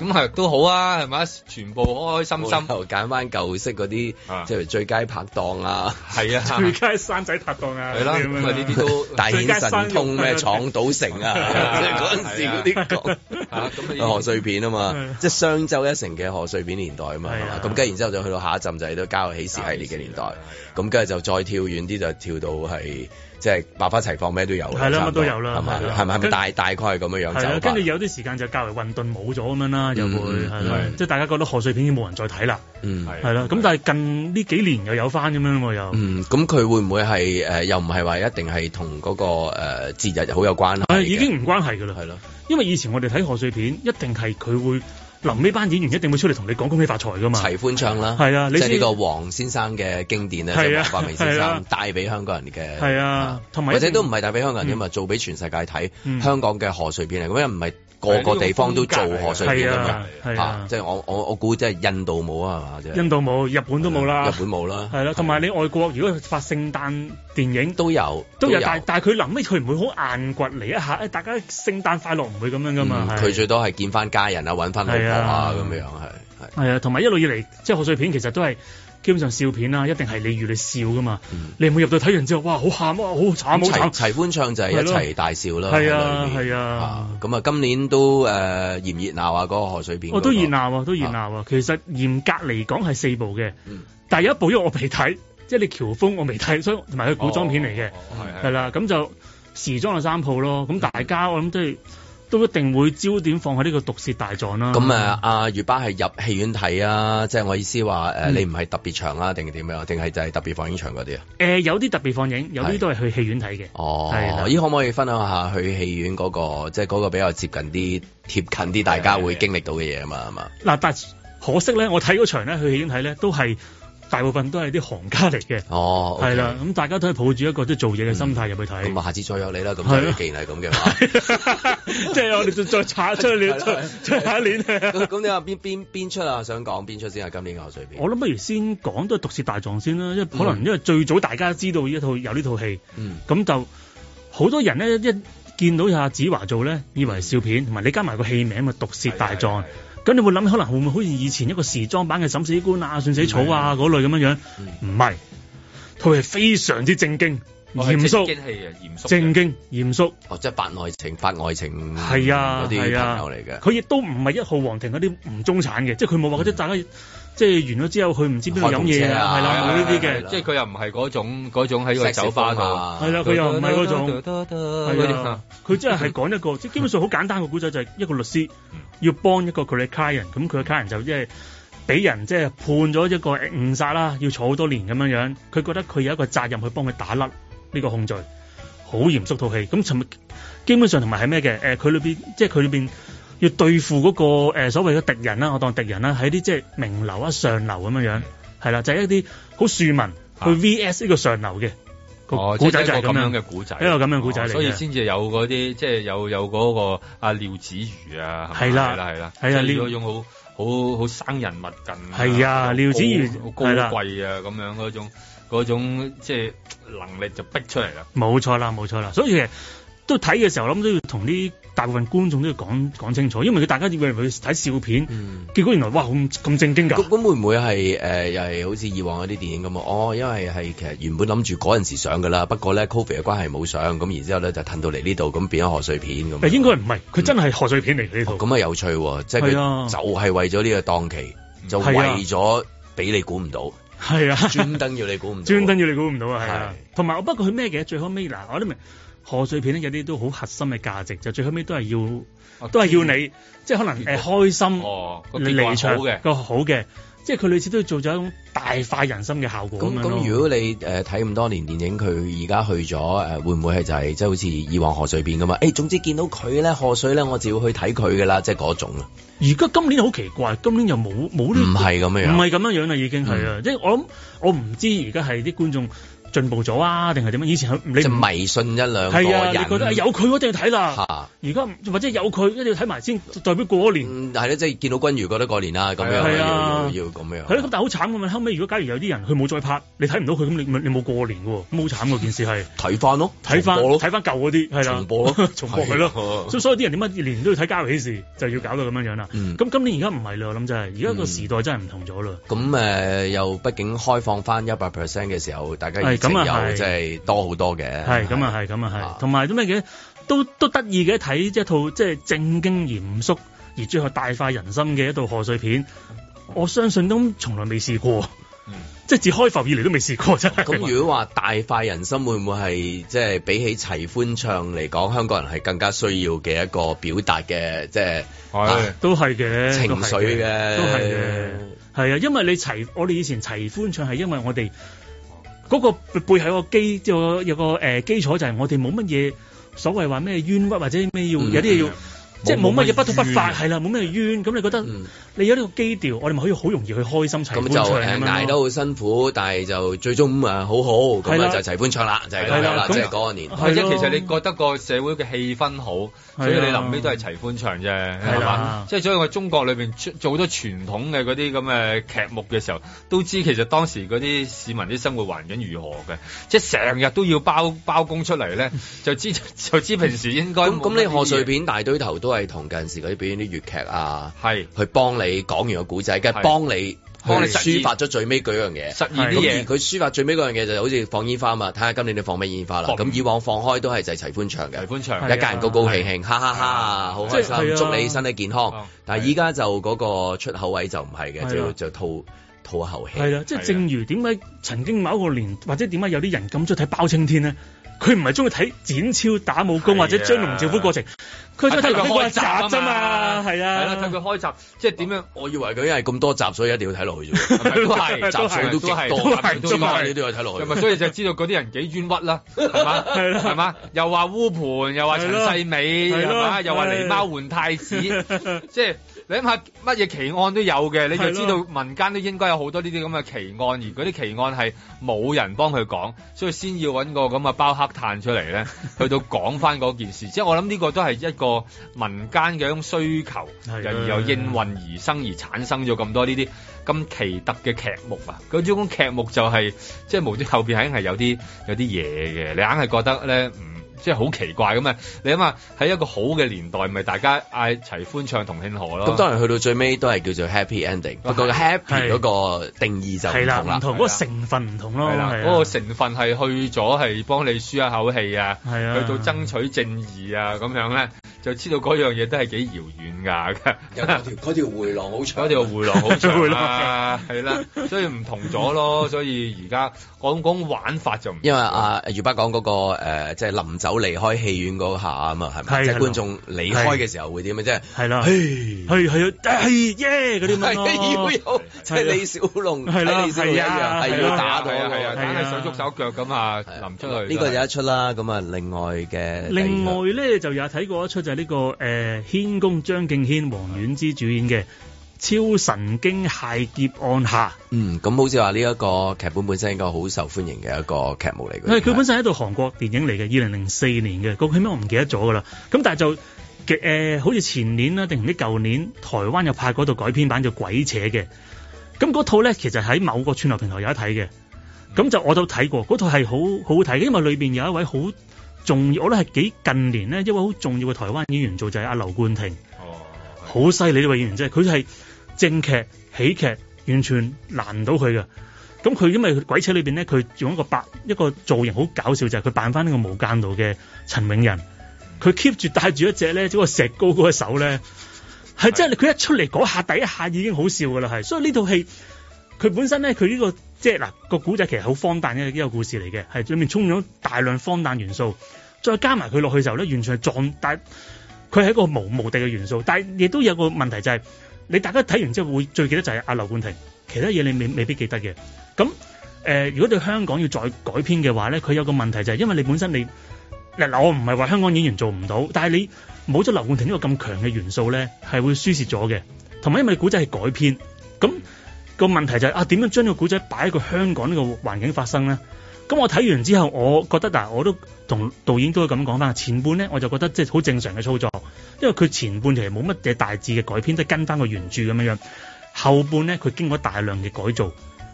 咁係都好啊，係咪？全部開開心心，又揀翻舊式嗰啲，啊即係最佳拍檔啊，係啊， 最佳三仔拍檔啊，係啦咁樣咁啊呢啲 都大顯神通咩闖賭城 啊，即係嗰陣時嗰啲講啊咁你賀歲片啊係嘛，即係雙周一成嘅賀歲片年代啊嘛，嗯係係啊嘛咁跟住然之後就去到下一陣就係都交喜事系列嘅年代，啊咁跟住就再跳遠啲就跳到係即係百花齊放咩都有啦，係啦差唔多乜都有啦係咪係啦係咪係咪跟大大概係咁樣樣係啊，走跟法住？有啲時間就較為混沌冇咗咁樣啦，又會嗯嗯係啦嗯，即係大家覺得賀歲片已經冇人再睇啦，嗯係啊啦。咁但係近呢幾年又有翻咁樣喎又。嗯，咁佢會唔會係誒、又唔係話一定係同嗰個誒、節日好有關係係嘅？已經唔關係㗎啦，係咯，因為以前我哋睇賀歲片，一定係佢會臨尾班演員一定會出嚟同你講恭喜發財㗎嘛。齊歡唱啦，係啊你即係知呢個黃先生嘅經典啊，即係係啊黃百鳴先係生啊帶俾香港人嘅，係啊同埋或者一定都唔係帶俾香港人啫嘛，做俾全世界睇嗯香港嘅賀歲片嚟，咁又唔係。個個地方都做賀歲片咁係啊樣係啊啊！即係我我我估即係印度冇啊係嘛，即係嗯印度冇，日本都冇啦，日本冇啦啊係啦，同埋你外國如果發聖誕電影都有都都有有，但但係佢臨尾佢唔會好硬掘嚟一下，誒大家聖誕快樂唔會咁樣噶嘛，嗯係佢最多係見翻家人啊，揾翻老婆啊係啊咁樣係係。係啊，同埋一路以嚟，即係賀歲片其實都係基本上笑片啦，一定係你預你笑噶嘛。你唔會入到睇完之後，哇，好喊啊，好慘，好咁齊慘。齊歡唱就係一齊大笑啦，係啊喺裏邊係啊，咁啊，今年都誒熱唔熱鬧啊？嗰個賀歲片我嗰個都熱鬧啊，都嗯熱鬧啊。其實嚴格嚟講係四部嘅，但係有一部因為我未睇，即係你喬峰我未睇，所以同埋佢古裝片嚟嘅，哦係啦、咁就時裝有三套咯。咁大家我諗都係都一定會焦點放喺呢個毒舌大狀啦。咁啊，阿月巴係入戲院睇啊，即係我意思話誒，嗯你唔係特別場啊，定係點樣？定係就係特別放映場嗰啲啊？誒、有啲特別放映，有啲都係去戲院睇嘅。哦係啦，咦，可唔可以分享下去戲院嗰個，即係嗰個比較接近啲、貼近啲，大家會經歷到嘅嘢啊嘛，係嘛？嗱，但係可惜咧，我睇嗰場咧，去戲院睇咧，都係大部分都係啲行家嚟嘅。哦，係啦，咁大家都係抱住一個即係做嘢嘅心態入去睇。咁啊，下次再約你啦。咁係就咯既然係咁嘅話， 即係我哋再再查出去， 係啦再再下一年。 咁咁你話邊邊邊出啊？想講邊出先啊？今年嘅賀歲片。我諗不如先講都係《毒舌大狀》先啦，因為可能因為最早大家知道呢一套有呢套戲，嗯咁就好多人咧一見到有阿子華做咧，以為係笑片，同埋你加埋個戲名咪《毒舌大狀》，咁你會諗可能會唔會好似以前一個時裝版嘅審死官嗯啊、算死草啊嗰類咁樣樣？唔係，套戲非常之正經、嚴肅、驚戲啊，嚴肅。正經、嚴肅。哦，即係扮愛情、發愛情係啊，嗯嗰啲朋係啊友嚟嘅。嗯佢亦都唔係一號皇庭嗰啲唔中產嘅，即係佢冇話嗰啲大家即係完咗之後，佢唔知邊度飲嘢啊，係啦，冇呢啲嘅。即係佢又唔係嗰種嗰種喺個酒吧度，啊係啦，佢又唔係嗰種，嗰係啲啊，佢真係係講一個，即係基本上好簡單嘅故仔，就係一個律師要哦幫一個佢嘅 client，咁佢嘅 client 就即係俾人即係判咗一個誤殺啦，要坐好多年咁樣樣，佢覺得佢有一個責任去幫佢打甩呢個控罪，好嚴肅套戲。咁尋日基本上同埋係咩嘅？誒，佢裏邊即係佢裏邊。要對付嗰、個、呃、所謂嘅敵人啦，我當敵人啦，喺啲即係名流啊、啊上流咁樣樣，係啦，就係、一啲好庶民去 V.S 呢個上流嘅個哦，古仔即就係係一個咁咁樣樣嘅古仔，哦一個咁樣嘅古仔嚟所嘅。以先至有嗰啲即係有有嗰個阿廖子瑜啊，係咪係啦係啦係啦，係啊即係廖嗰種好好好生人勿近啊，係啊廖子瑜好高係啦貴啊咁樣嗰種嗰種即係能力就逼出嚟啦。冇錯啦，冇錯啦，所以其實都睇嘅時候，我諗都要同啲大部分觀眾都要講講清楚，因為佢大家以為佢睇笑片，結果原來哇咁咁正經㗎。嗯咁會唔會係誒、呃又係好似以往嗰啲電影咁啊？哦，因為係其實原本諗住嗰陣時上㗎啦，不過咧 Covid 嘅關係冇上，咁然之後咧就褪到嚟呢度，咁變咗賀歲片咁。誒應該唔係，佢真係賀歲片嚟嘅呢套。咁啊有趣喎！即係佢係啊就係為咗呢個檔期，就為係啊咗俾你估唔到，係啊，專登要你估唔到。 專登要你估唔到啊，係啊。同埋我不過佢咩嘅，最後尾嗱，我都明賀歲片咧有啲都好核心嘅價值，就最後尾都係哦要，都係要你，即係可能誒開心，哦個你結果離場好嘅個好嘅，即係佢類似都要做咗一種大快人心嘅效果咁咁樣咁，如果你誒睇咁多年電影，佢而家去咗誒、呃，會唔會係就係即係好似以往賀歲片咁啊？誒、總之見到佢咧賀歲咧，我就要去睇佢㗎啦，即係嗰種啊，而家今年好奇怪，今年又冇冇呢？唔係啊嗯咁樣樣嗯唔係咁樣樣啦，已經係啊！即係我諗，我唔知而家係啲觀眾進步咗啊，定係點樣？以前佢你即唔係迷信一兩個係啊，人。你覺得啊有佢我一定要睇啦。嚇而家唔或者有佢一定要睇埋先，代表過咗年。嗯係咧，即係見到君如覺得過年啦，咁樣係要啊要咁樣。係咯，咁但係好慘咁嘛。後尾如果假如有啲人佢冇再拍，你睇唔到佢，咁你咪你冇過年嘅喎，咁好慘喎件事 係。睇翻咯，睇翻重播咯睇翻舊嗰啲係啦，重播咯 重播佢係啊咯。所以所以啲人點解年年都要睇家有喜事，就要搞到咁樣樣啦。嗯咁今年而家唔係啦，我諗就係而家個時代真係唔同咗啦。咁誒、呃又畢竟開放翻一百 percent 嘅時候，大家熱係情咁啊係又即係多好多嘅。係咁啊，係咁啊，係，同埋啲咩嘅都都得意嘅，睇一套即係正經嚴肅而最後大快人心嘅一套賀歲片，我相信都從來未試過，即係自開埠以嚟都未試過真係。嗯咁如果話大快人心，會唔會係即係比起齊歡唱嚟講，香港人係更加需要嘅一個表達嘅即係啊都係嘅，情都係緒嘅都係嘅，係啊，因為你齊，我哋以前齊歡唱係因為我哋嗰個背後有個基，有個有個誒基礎就係我哋冇乜嘢所謂話咩冤屈或者咩要嗯有啲嘢要即係冇乜嘢不吐不快，冇乜係啦，冇乜嘢冤。咁你覺得你有呢個基調，我哋咪可以好容易去開心齊嗯咁歡就唱誒咁捱樣得咯。好辛苦，但係就最終誒好好，係咁啦啊就齊歡唱啦，就係咁係樣啦啦，咁即係嗰個年代。或者其實你覺得個社會嘅氣氛好，所以你臨尾都係齊歡唱啫，係嘛啊啦？即係所以我中國裏邊出做好多傳統嘅嗰啲咁嘅劇目嘅時候，都知其實當時嗰啲市民啲生活環境如何嘅，即係成日都要包包工出 嚟咧，就知就知平時應該咁咁你賀歲片片大堆頭都係同近時嗰啲表演啲粵劇啊，係去幫你講完個古仔，跟住係幫你。幫你實現抒發咗最尾嗰樣嘢，實現啲嘢咁而佢抒發最尾嗰樣嘢就好似放煙花嘛，睇下今年你放咩煙花啦。放咁以往放開都係就係齊歡唱嘅，齊歡唱一家人高高氣興，哈哈哈啊，好開即係係心，啊祝你身體健哦康。哦但係依家就嗰個出口位就唔係係嘅，啊就要就吐吐一口氣。啊係啦，即係正如點解曾經某一個年，或者點解有啲人咁中意睇包青天咧？佢唔係中意睇展超打武功係啊啊或者張龍趙虎過程，佢中意睇劉德華集啫嘛，係係啦，睇啊。佢開集，即係點樣？我以為佢因為咁多集，所以一定要睇落去啫係咪喎。 都係集數 都極都多，係集都數係你都要睇落去。咁啊，所以就知道嗰啲人幾冤屈啦，係嘛？哦 係啦係嘛？又話烏盤，又話陳世美，係咯係嘛？又話係狸貓換太子， 即係你諗下乜嘢奇案都有嘅，你就知道係民間都應該有好多呢啲咁嘅奇案，而嗰啲奇案係冇人幫佢講，所以先要揾個咁嘅包黑炭出嚟咧，去到講翻嗰件事。即係我諗呢個都係一個民間嘅一種需求，係然後應運而生而產生咗咁多呢啲咁奇特嘅劇目啊！嗰種劇目就係、即係無端後邊肯定係有啲有啲嘢嘅，你硬係覺得咧唔。即係好奇怪咁啊！你諗下喺一個好嘅年代，咪大家嗌齊歡唱同慶賀咯。咁當然去到最尾都係叫做 happy ending，不過 happy 嗰個定義就唔啊係啦，同唔啦。同嗰個成分唔同咯，係啦，係嗰個啊成分係去咗係幫你舒一口氣啊，係啊去到爭取正義啊咁樣咧，就知道嗰樣嘢都係幾遙遠㗎。有嗰條嗰條回廊好長，嗰條回廊好長回啊，係啦，所以唔同咗咯，所以而家我講玩法就唔因為啊阿呃余伯講嗰個誒，即係臨走離開戲院嗰下啊嘛，係咪？係即係係觀眾離開嘅時候會點啊？即係係啦，嘿係係啊，係耶嗰啲咁 樣係咯會有哎即係李小龍係啦睇李小龍哎一樣，係要打到係啊係啊，嘅。梗係手足手腳咁啊，臨出去呢個有一出啦，咁啊，另外嘅另外咧就有睇過一出就係呢、個誒、呃、軒公張敬軒、黃婉之主演嘅《超神經械劫案下》，嗯，咁好似話呢一個劇本本身應該好受歡迎嘅一個劇目嚟嘅。佢佢本身係一套韓國電影嚟嘅，二零零四年嘅，個戲名我唔記得咗㗎啦。咁但係就嘅誒、呃好似前年啦，定唔知舊年台灣又拍嗰套改編版叫《鬼扯》嘅。咁嗰套咧其實喺某個串流平台有得睇嘅。咁就我都睇過，嗰套係好好好睇嘅，因為裏邊有一位好重要，我覺得係幾近年咧一位好重要嘅台灣演員做就係阿劉冠廷。好犀利呢位演員真係，佢係正劇、喜劇完全難唔到佢嘅。咁佢因為佢鬼扯裏邊咧，佢用一個扮一個造型好搞笑，就係、佢扮翻呢個無間道嘅陳永仁，佢 keep 住戴住一隻咧，嗰個石膏嗰個手咧，係真係佢一出嚟嗰下第一下已經好笑噶啦，係。所以呢套戲佢本身咧，佢呢、個即係嗱個古仔其實好荒誕嘅一個故事嚟嘅，係裏面充咗大量荒誕元素，再加埋佢落去嘅時候咧，完全係撞大。佢係一個無無敵嘅元素，但係亦都有個問題就係、你大家睇完之後會最記得就係阿劉冠廷，其他嘢你未未必記得嘅。咁誒、呃如果對香港要再改編嘅話咧，佢有個問題就係因為你本身你嗱嗱，我唔係話香港演員做唔到，但係你冇咗劉冠廷呢個咁強嘅元素咧，係會輸蝕咗嘅。同埋因為你古仔係改編，咁、個問題就係、啊點樣將個古仔擺喺個香港呢個環境發生咧？咁我睇完之後，我覺得嗱，我都同導演都會咁講翻。前半咧，我就覺得即係好正常嘅操作，因為佢前半其實冇乜嘢大致嘅改編，都係跟翻個原著咁樣樣。後半咧，佢經過大量嘅改造，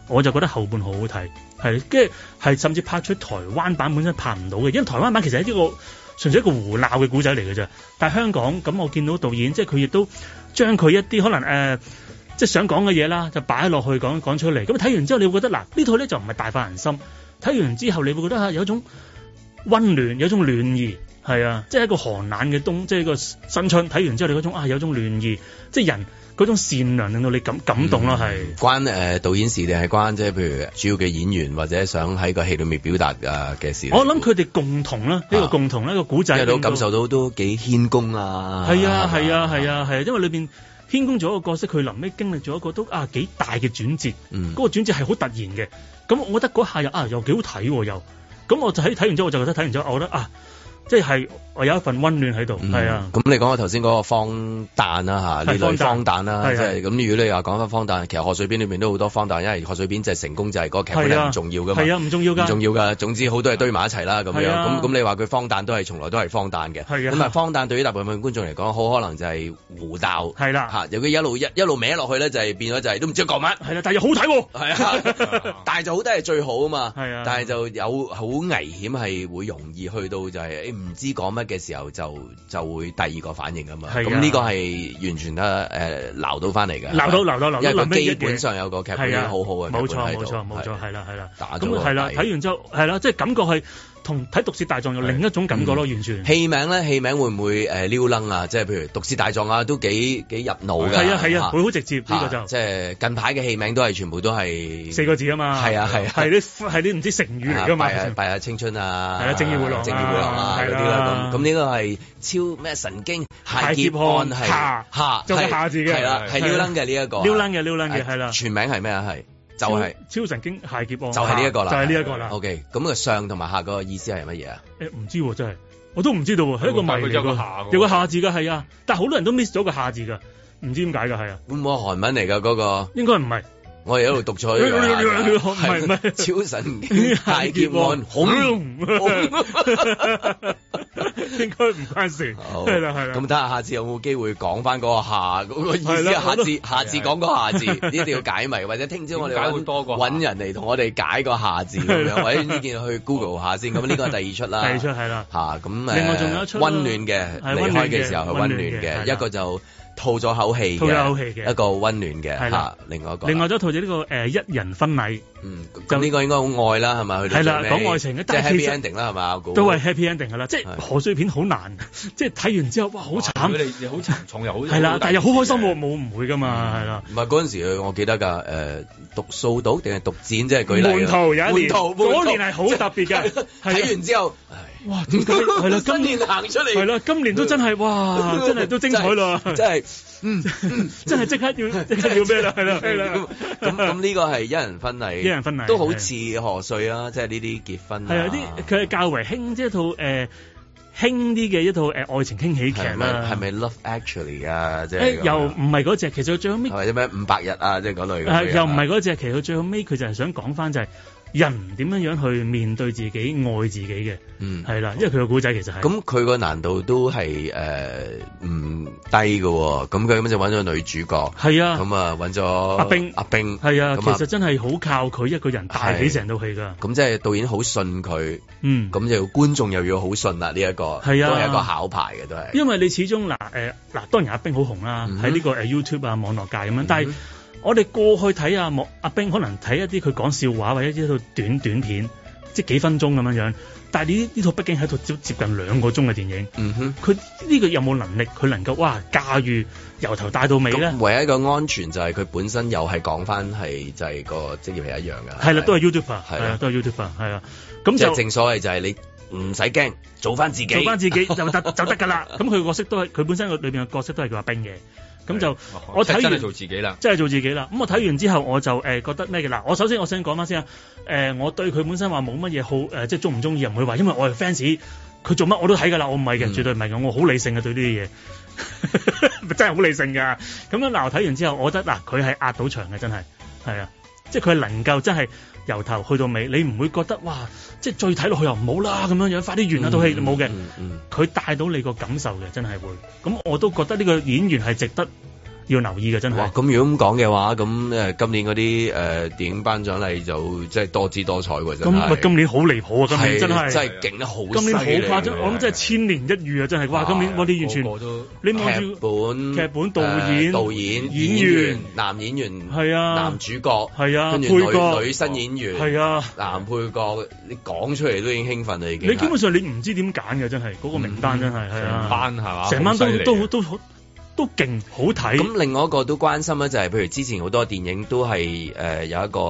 我就覺得後半好好睇，係跟住係甚至拍出台灣版本身拍唔到嘅，因為台灣版其實係一個純粹一個胡鬧嘅古仔嚟嘅啫。但係香港咁，我見到導演即係佢亦都將佢一啲可能誒。呃即係想講嘅嘢啦，就擺落去講講出嚟。咁睇完之後，你會覺得嗱，呢套咧就唔係大快人心。睇完之後，你會覺得啊，有一種温暖，有一種暖意，係啊，即係一個寒冷嘅冬，即係一個新春。睇完之後，你嗰種啊，有一種暖意，即係人嗰種善良，令到你感感動咯，係、關誒、呃、導演事定係關即係譬如主要嘅演員或者想喺個戲裏面表達誒嘅事呢，我諗佢哋共同啦，呢、個共同呢個古即仔係都令到感受到都幾牽功啊，係啊，係係啊，係啊，係啊，因為裏邊牽工咗一個角色，佢臨尾經歷咗一個都啊幾大嘅轉折，嗰、嗯個轉折係好突然嘅。咁我覺得嗰下又啊又幾好睇喎、又，咁我就喺睇完之後我就覺得睇完之後，我覺得啊即係我有一份温暖喺度，係啊。嗯咁你講我頭先嗰個荒誕啦嚇，呢係類荒荒誕誕啦，係即係咁。如果你話講翻荒誕，其實賀歲片裏面都好多荒誕，因為賀歲片就係成功就係嗰個劇本係係啊唔重要噶嘛，係啊唔重要㗎唔重要㗎。總之好多嘢堆埋一齊啦咁樣。係啊咁咁你話佢荒誕都係從來都係荒誕嘅。係啊咁啊荒誕對於大部分觀眾嚟講，好可能就係胡鬧。係啦嚇，有佢一路一一路歪落去咧，就係變咗就係都唔知佢講乜。係啦，但係又好睇喎。係 啊，但係就好得係最好啊嘛。係啊但係就有好危險係會容易去到就係誒唔知講乜嘅時候就就會第二個反應啊嘛。係啊咁呢個係完全得誒鬧到翻嚟嘅。鬧到鬧到鬧因到，為佢臨尾一基嘢本上有個劇本已經係啊好好嘅劇本冇錯喺度冇錯冇係錯，係啦係啦。打咗咁啊個係啦，底睇完之後係啦，即係感覺係同睇《毒舌大狀》有另一種感覺咯，完全。戲名咧，戲名會唔會誒撩楞啊？即係譬如《毒舌大狀》啊，都幾幾入腦㗎。係啊係嚇啊，佢好直接呢個啊就即係近排嘅戲名都係全部都係四個字啊嘛。係啊係啊係啲係啲唔知成語嚟㗎嘛。係啊其實拜下青春啊，係啦正義迴廊啊正義迴廊啊嗰係啦啲啦，咁咁呢個係超咩神經械劫案係下下就係下字嘅係啦，係係啦撩楞嘅呢一個，撩楞嘅撩楞嘅係啦全名係咩啊？係就係超超神經械劫案，就係呢一個啦，就係呢一個啦。 OK，咁個上同埋下個意思係乜嘢啊？誒唔知喎，真係我都唔知道喎，係一個但係謎佢嚟有個㗎下喎有個下字㗎，係啊，但係好多人都 miss 咗個下字㗎，唔知點解㗎，係啊，會唔會係韓文嚟㗎嗰個？應該唔 係。我哋一路讀 錯呢個下㗎，唔係唔係係超神 經械劫案，恐 應該唔關事，好係啦係啦咁。睇下下次有冇機會講翻嗰個下嗰個意係思，啦下我都次下次講個下 字，一定要解謎，或者聽朝我哋點解會揾揾人嚟同我哋解個下字咁係樣，啦或者呢件去 Google 下先。咁呢個係第二出啦， 第二出係啦嚇咁誒，另外仲有一出啦温暖嘅，係離溫開暖嘅嘅時候係溫温暖暖嘅係嘅，啦一個就吐咗口氣嘅，吐咗口氣嘅一個温暖嘅係嚇啦，另外一個另外都套咗呢個誒一人婚禮，嗯，咁呢個應該好愛啦，係咪？去到係啦最尾講愛情嘅即係但係 happy 其實 ending 啦，係嘛？我估都係 happy ending 㗎啦。即係哦係賀歲片好難，即係睇完之後哇好佢慘，哋又好沉重又好係啦，但係又好開心喎，冇唔會㗎嘛，係啦。唔係嗰陣時，我記得㗎，誒、呃讀數到定係讀展，即係舉例啊。門徒有一年，門徒門徒嗰年係好特別嘅，係 啊睇完之後，哇，點解係啦？今年行出嚟係啦，今年都真係 哇，真係都精彩啦，真係嗯，真係即刻 要即刻要咩啦？係啦，係啦咁，咁咁呢個係一人婚禮，一人婚禮都好似賀歲啦，即係呢啲結婚係啊，啲佢係較為輕即係一套誒輕啲嘅一套誒愛情輕喜劇係咪啦係。咪 Love Actually 啊？即啊誒係咁樣又唔係嗰只，其實佢最後尾係咪啲咩五百日啊？即係嗰類誒嗰啲啊又唔係嗰只，其實佢最後尾佢就係想講翻就係人點樣樣去面對自己、愛自己嘅，嗯係啦，因為佢個古仔其實係咁佢個難度都係誒唔低嘅喎，咁佢咁就揾咗女主角，係啊咁啊揾咗阿冰阿冰，係啊，咁其實真係好靠佢一個人帶起成套戲㗎。咁即係導演好信佢，嗯，咁就觀眾又要好信啦，呢一個係啊都係一個考牌嘅都係，因為你始終嗱誒嗱，當然阿冰好紅啦，嗯哼嗯喺呢個誒 YouTube 啊網絡界咁樣，但係我哋過去睇啊網阿冰，可能睇一啲佢講笑話或者一套短短片，即係幾分鐘咁樣樣。但係呢呢套畢竟係一套接接近兩個鐘嘅電影，嗯哼。佢呢個有冇能力佢能夠哇駕馭由頭帶到尾咧咁？唯一一個安全就係佢本身又係講翻係就係個職業係一樣嘅，係啦，都係 YouTuber，係係啦啦，都係 YouTuber，係啦。咁即係就正所謂就係你唔使驚，做翻自己，做翻自己就得就得㗎啦。咁佢個角色都係佢本身個裏邊嘅角色都係叫阿冰嘅。咁就啊我睇真完係做自己啦。即係做自己啦。咁我睇完之後，我就誒、呃、覺得咩嘅嗱，我首先我想講翻先啊。誒、我對佢本身話冇乜嘢好誒、呃即係中唔中意，唔會話因為我係 fans，佢做乜我都睇㗎啦。我唔係嗯嘅，絕對唔係嘅，我好理性嘅對呢啲嘢， 真係好理性㗎。咁樣嗱，我睇完之後，我覺得嗱，佢係壓到場嘅，真係係啊，即係佢係能夠真係。由頭去到尾，你唔會覺得哇！即係再睇落去又唔好啦咁樣樣，快啲完啦啊套戲冇嘅。嗯嗯佢帶到你個感受嘅，真係會。咁我都覺得呢個演員係值得要留意嘅，真哇！係。咁如果咁講嘅話，咁誒今年嗰啲誒電影頒獎禮就即係多姿多彩喎，真咁係喂，。今年好離譜啊！今係年真係真係勁得好今年犀利好誇張，我諗真係千年一遇啊！真係哇！今年我哋完全個個都你望住本劇本導誒演導演、演員員、男演員、係啊男主角係啊跟住配角女女新演員係啊，男配角，你講出嚟都已經興奮啦，已經係。你基本上你唔知點揀嘅，真係嗰個名單真係係啊，成班係嘛成班好犀利啊都都都好都勁好睇。咁另外一個都關心咧，就係譬如之前好多電影都係誒、呃有一個誒、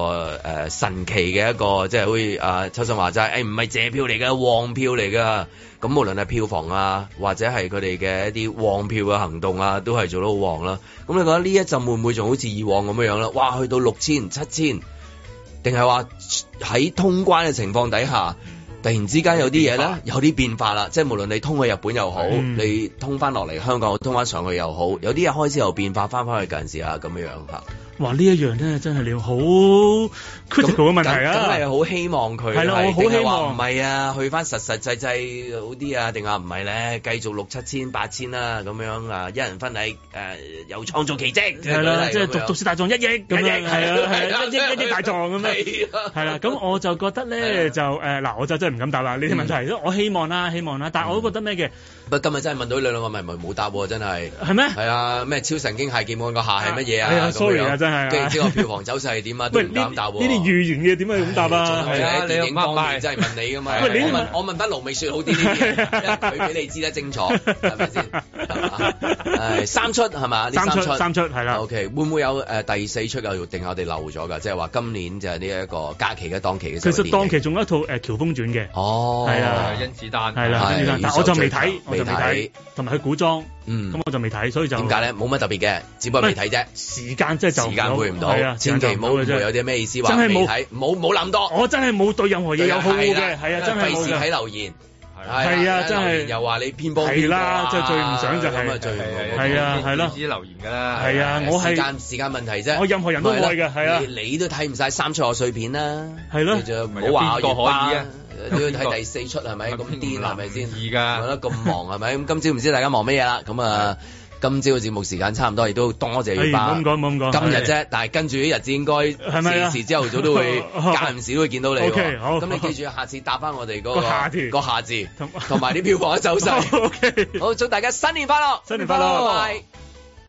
呃神奇嘅一個，即係好似啊秋生話齋，誒唔係借票嚟嘅，旺票嚟㗎。咁無論係票房啊，或者係佢哋嘅一啲旺票嘅行動啊，都係做得好旺啦。咁你覺得呢一陣會唔會仲好似以往咁樣樣咧？哇，去到六千、七千，定係話喺通關嘅情況底下？誒、突然之間有啲嘢咧，有啲變化啦，即係無論你通去日本又好，嗯你通翻落嚟香港，通翻上去又好，有啲嘢開始又變化翻翻去近時啊咁樣樣嚇。哇！呢一樣咧真係你要好 critical 嘅問題梗啊，係好希望佢係啦我好定係希話望唔係啊，去翻實實際際好啲啊，定話唔係咧，繼續六七千八千啦咁樣啊，一人婚禮誒又創造奇蹟，係啦，即係讀讀讀書大狀一億咁一億樣，係啊係啊，一係億一億大狀咁樣，係啊啦。咁我就覺得咧就誒嗱，我就真係唔敢答啦呢啲問題，我希望啦希望啦，但係我都覺得咩嘅。不過今日真係問到兩兩個問題冇答喎，真係係咩？係啊，咩超神經械劍案個下係乜嘢啊？係啊咁樣 sorry 啊真係啊跟住之後票房走勢係點啊？都喂，唔呢呢敢答喎。啲預言嘅點解咁答啊？係啊，電影方面真係問你噶嘛？我喂你問我問翻盧美雪好啲呢啲嘢，因為佢比你知得清 楚，係咪先？係嘛唉三出係嘛？呢三出出三出係啦 O K，會唔會有誒第四出又定我哋漏咗㗎？即係話今年就係呢一個假期嘅檔期嘅時其候。實當期仲有一套誒《喬峰傳》嘅，哦係啊，甄子丹係啦，甄子丹係但我就未睇宇宙我就未最，未睇睇，同埋佢古裝，嗯咁我就未睇，所以就點解咧？冇乜特別嘅，只不過未睇啫。時間即係就時間配唔到係啊，，千祈唔好誤時間就會有嘅啫啲咩意思話真係未冇睇，冇冇諗多。我真係冇對任何嘢有好惡係啦嘅，係啊，真係費冇事嘅睇。留言。係啊真係留言又話你偏幫係啦真係最唔想就係咁啊最唔好係啊係啦啲留言㗎啦，係啊我係時間時間問題啫。我任何人都愛嘅係啊你你都睇唔晒三出賀歲片啦，係咯你就唔好話我有邊個可以熱啊巴你要睇第四出係咪咁癲啊係咪先？易㗎，覺得咁忙係咪？咁今朝唔知大家忙乜嘢啦？咁啊，今朝嘅節目時間差唔多，亦都多謝月巴。哎唔好咁講唔好咁講今日啫，但係跟住啲日子應係咪啊哦該時時朝頭早 都會間唔時都會見到你喎。 OK，好咁你記住下次答翻我哋嗰個個下字個下字，同埋啲票房嘅走 勢。OK，好，祝大家新年快樂！新年快樂拜拜。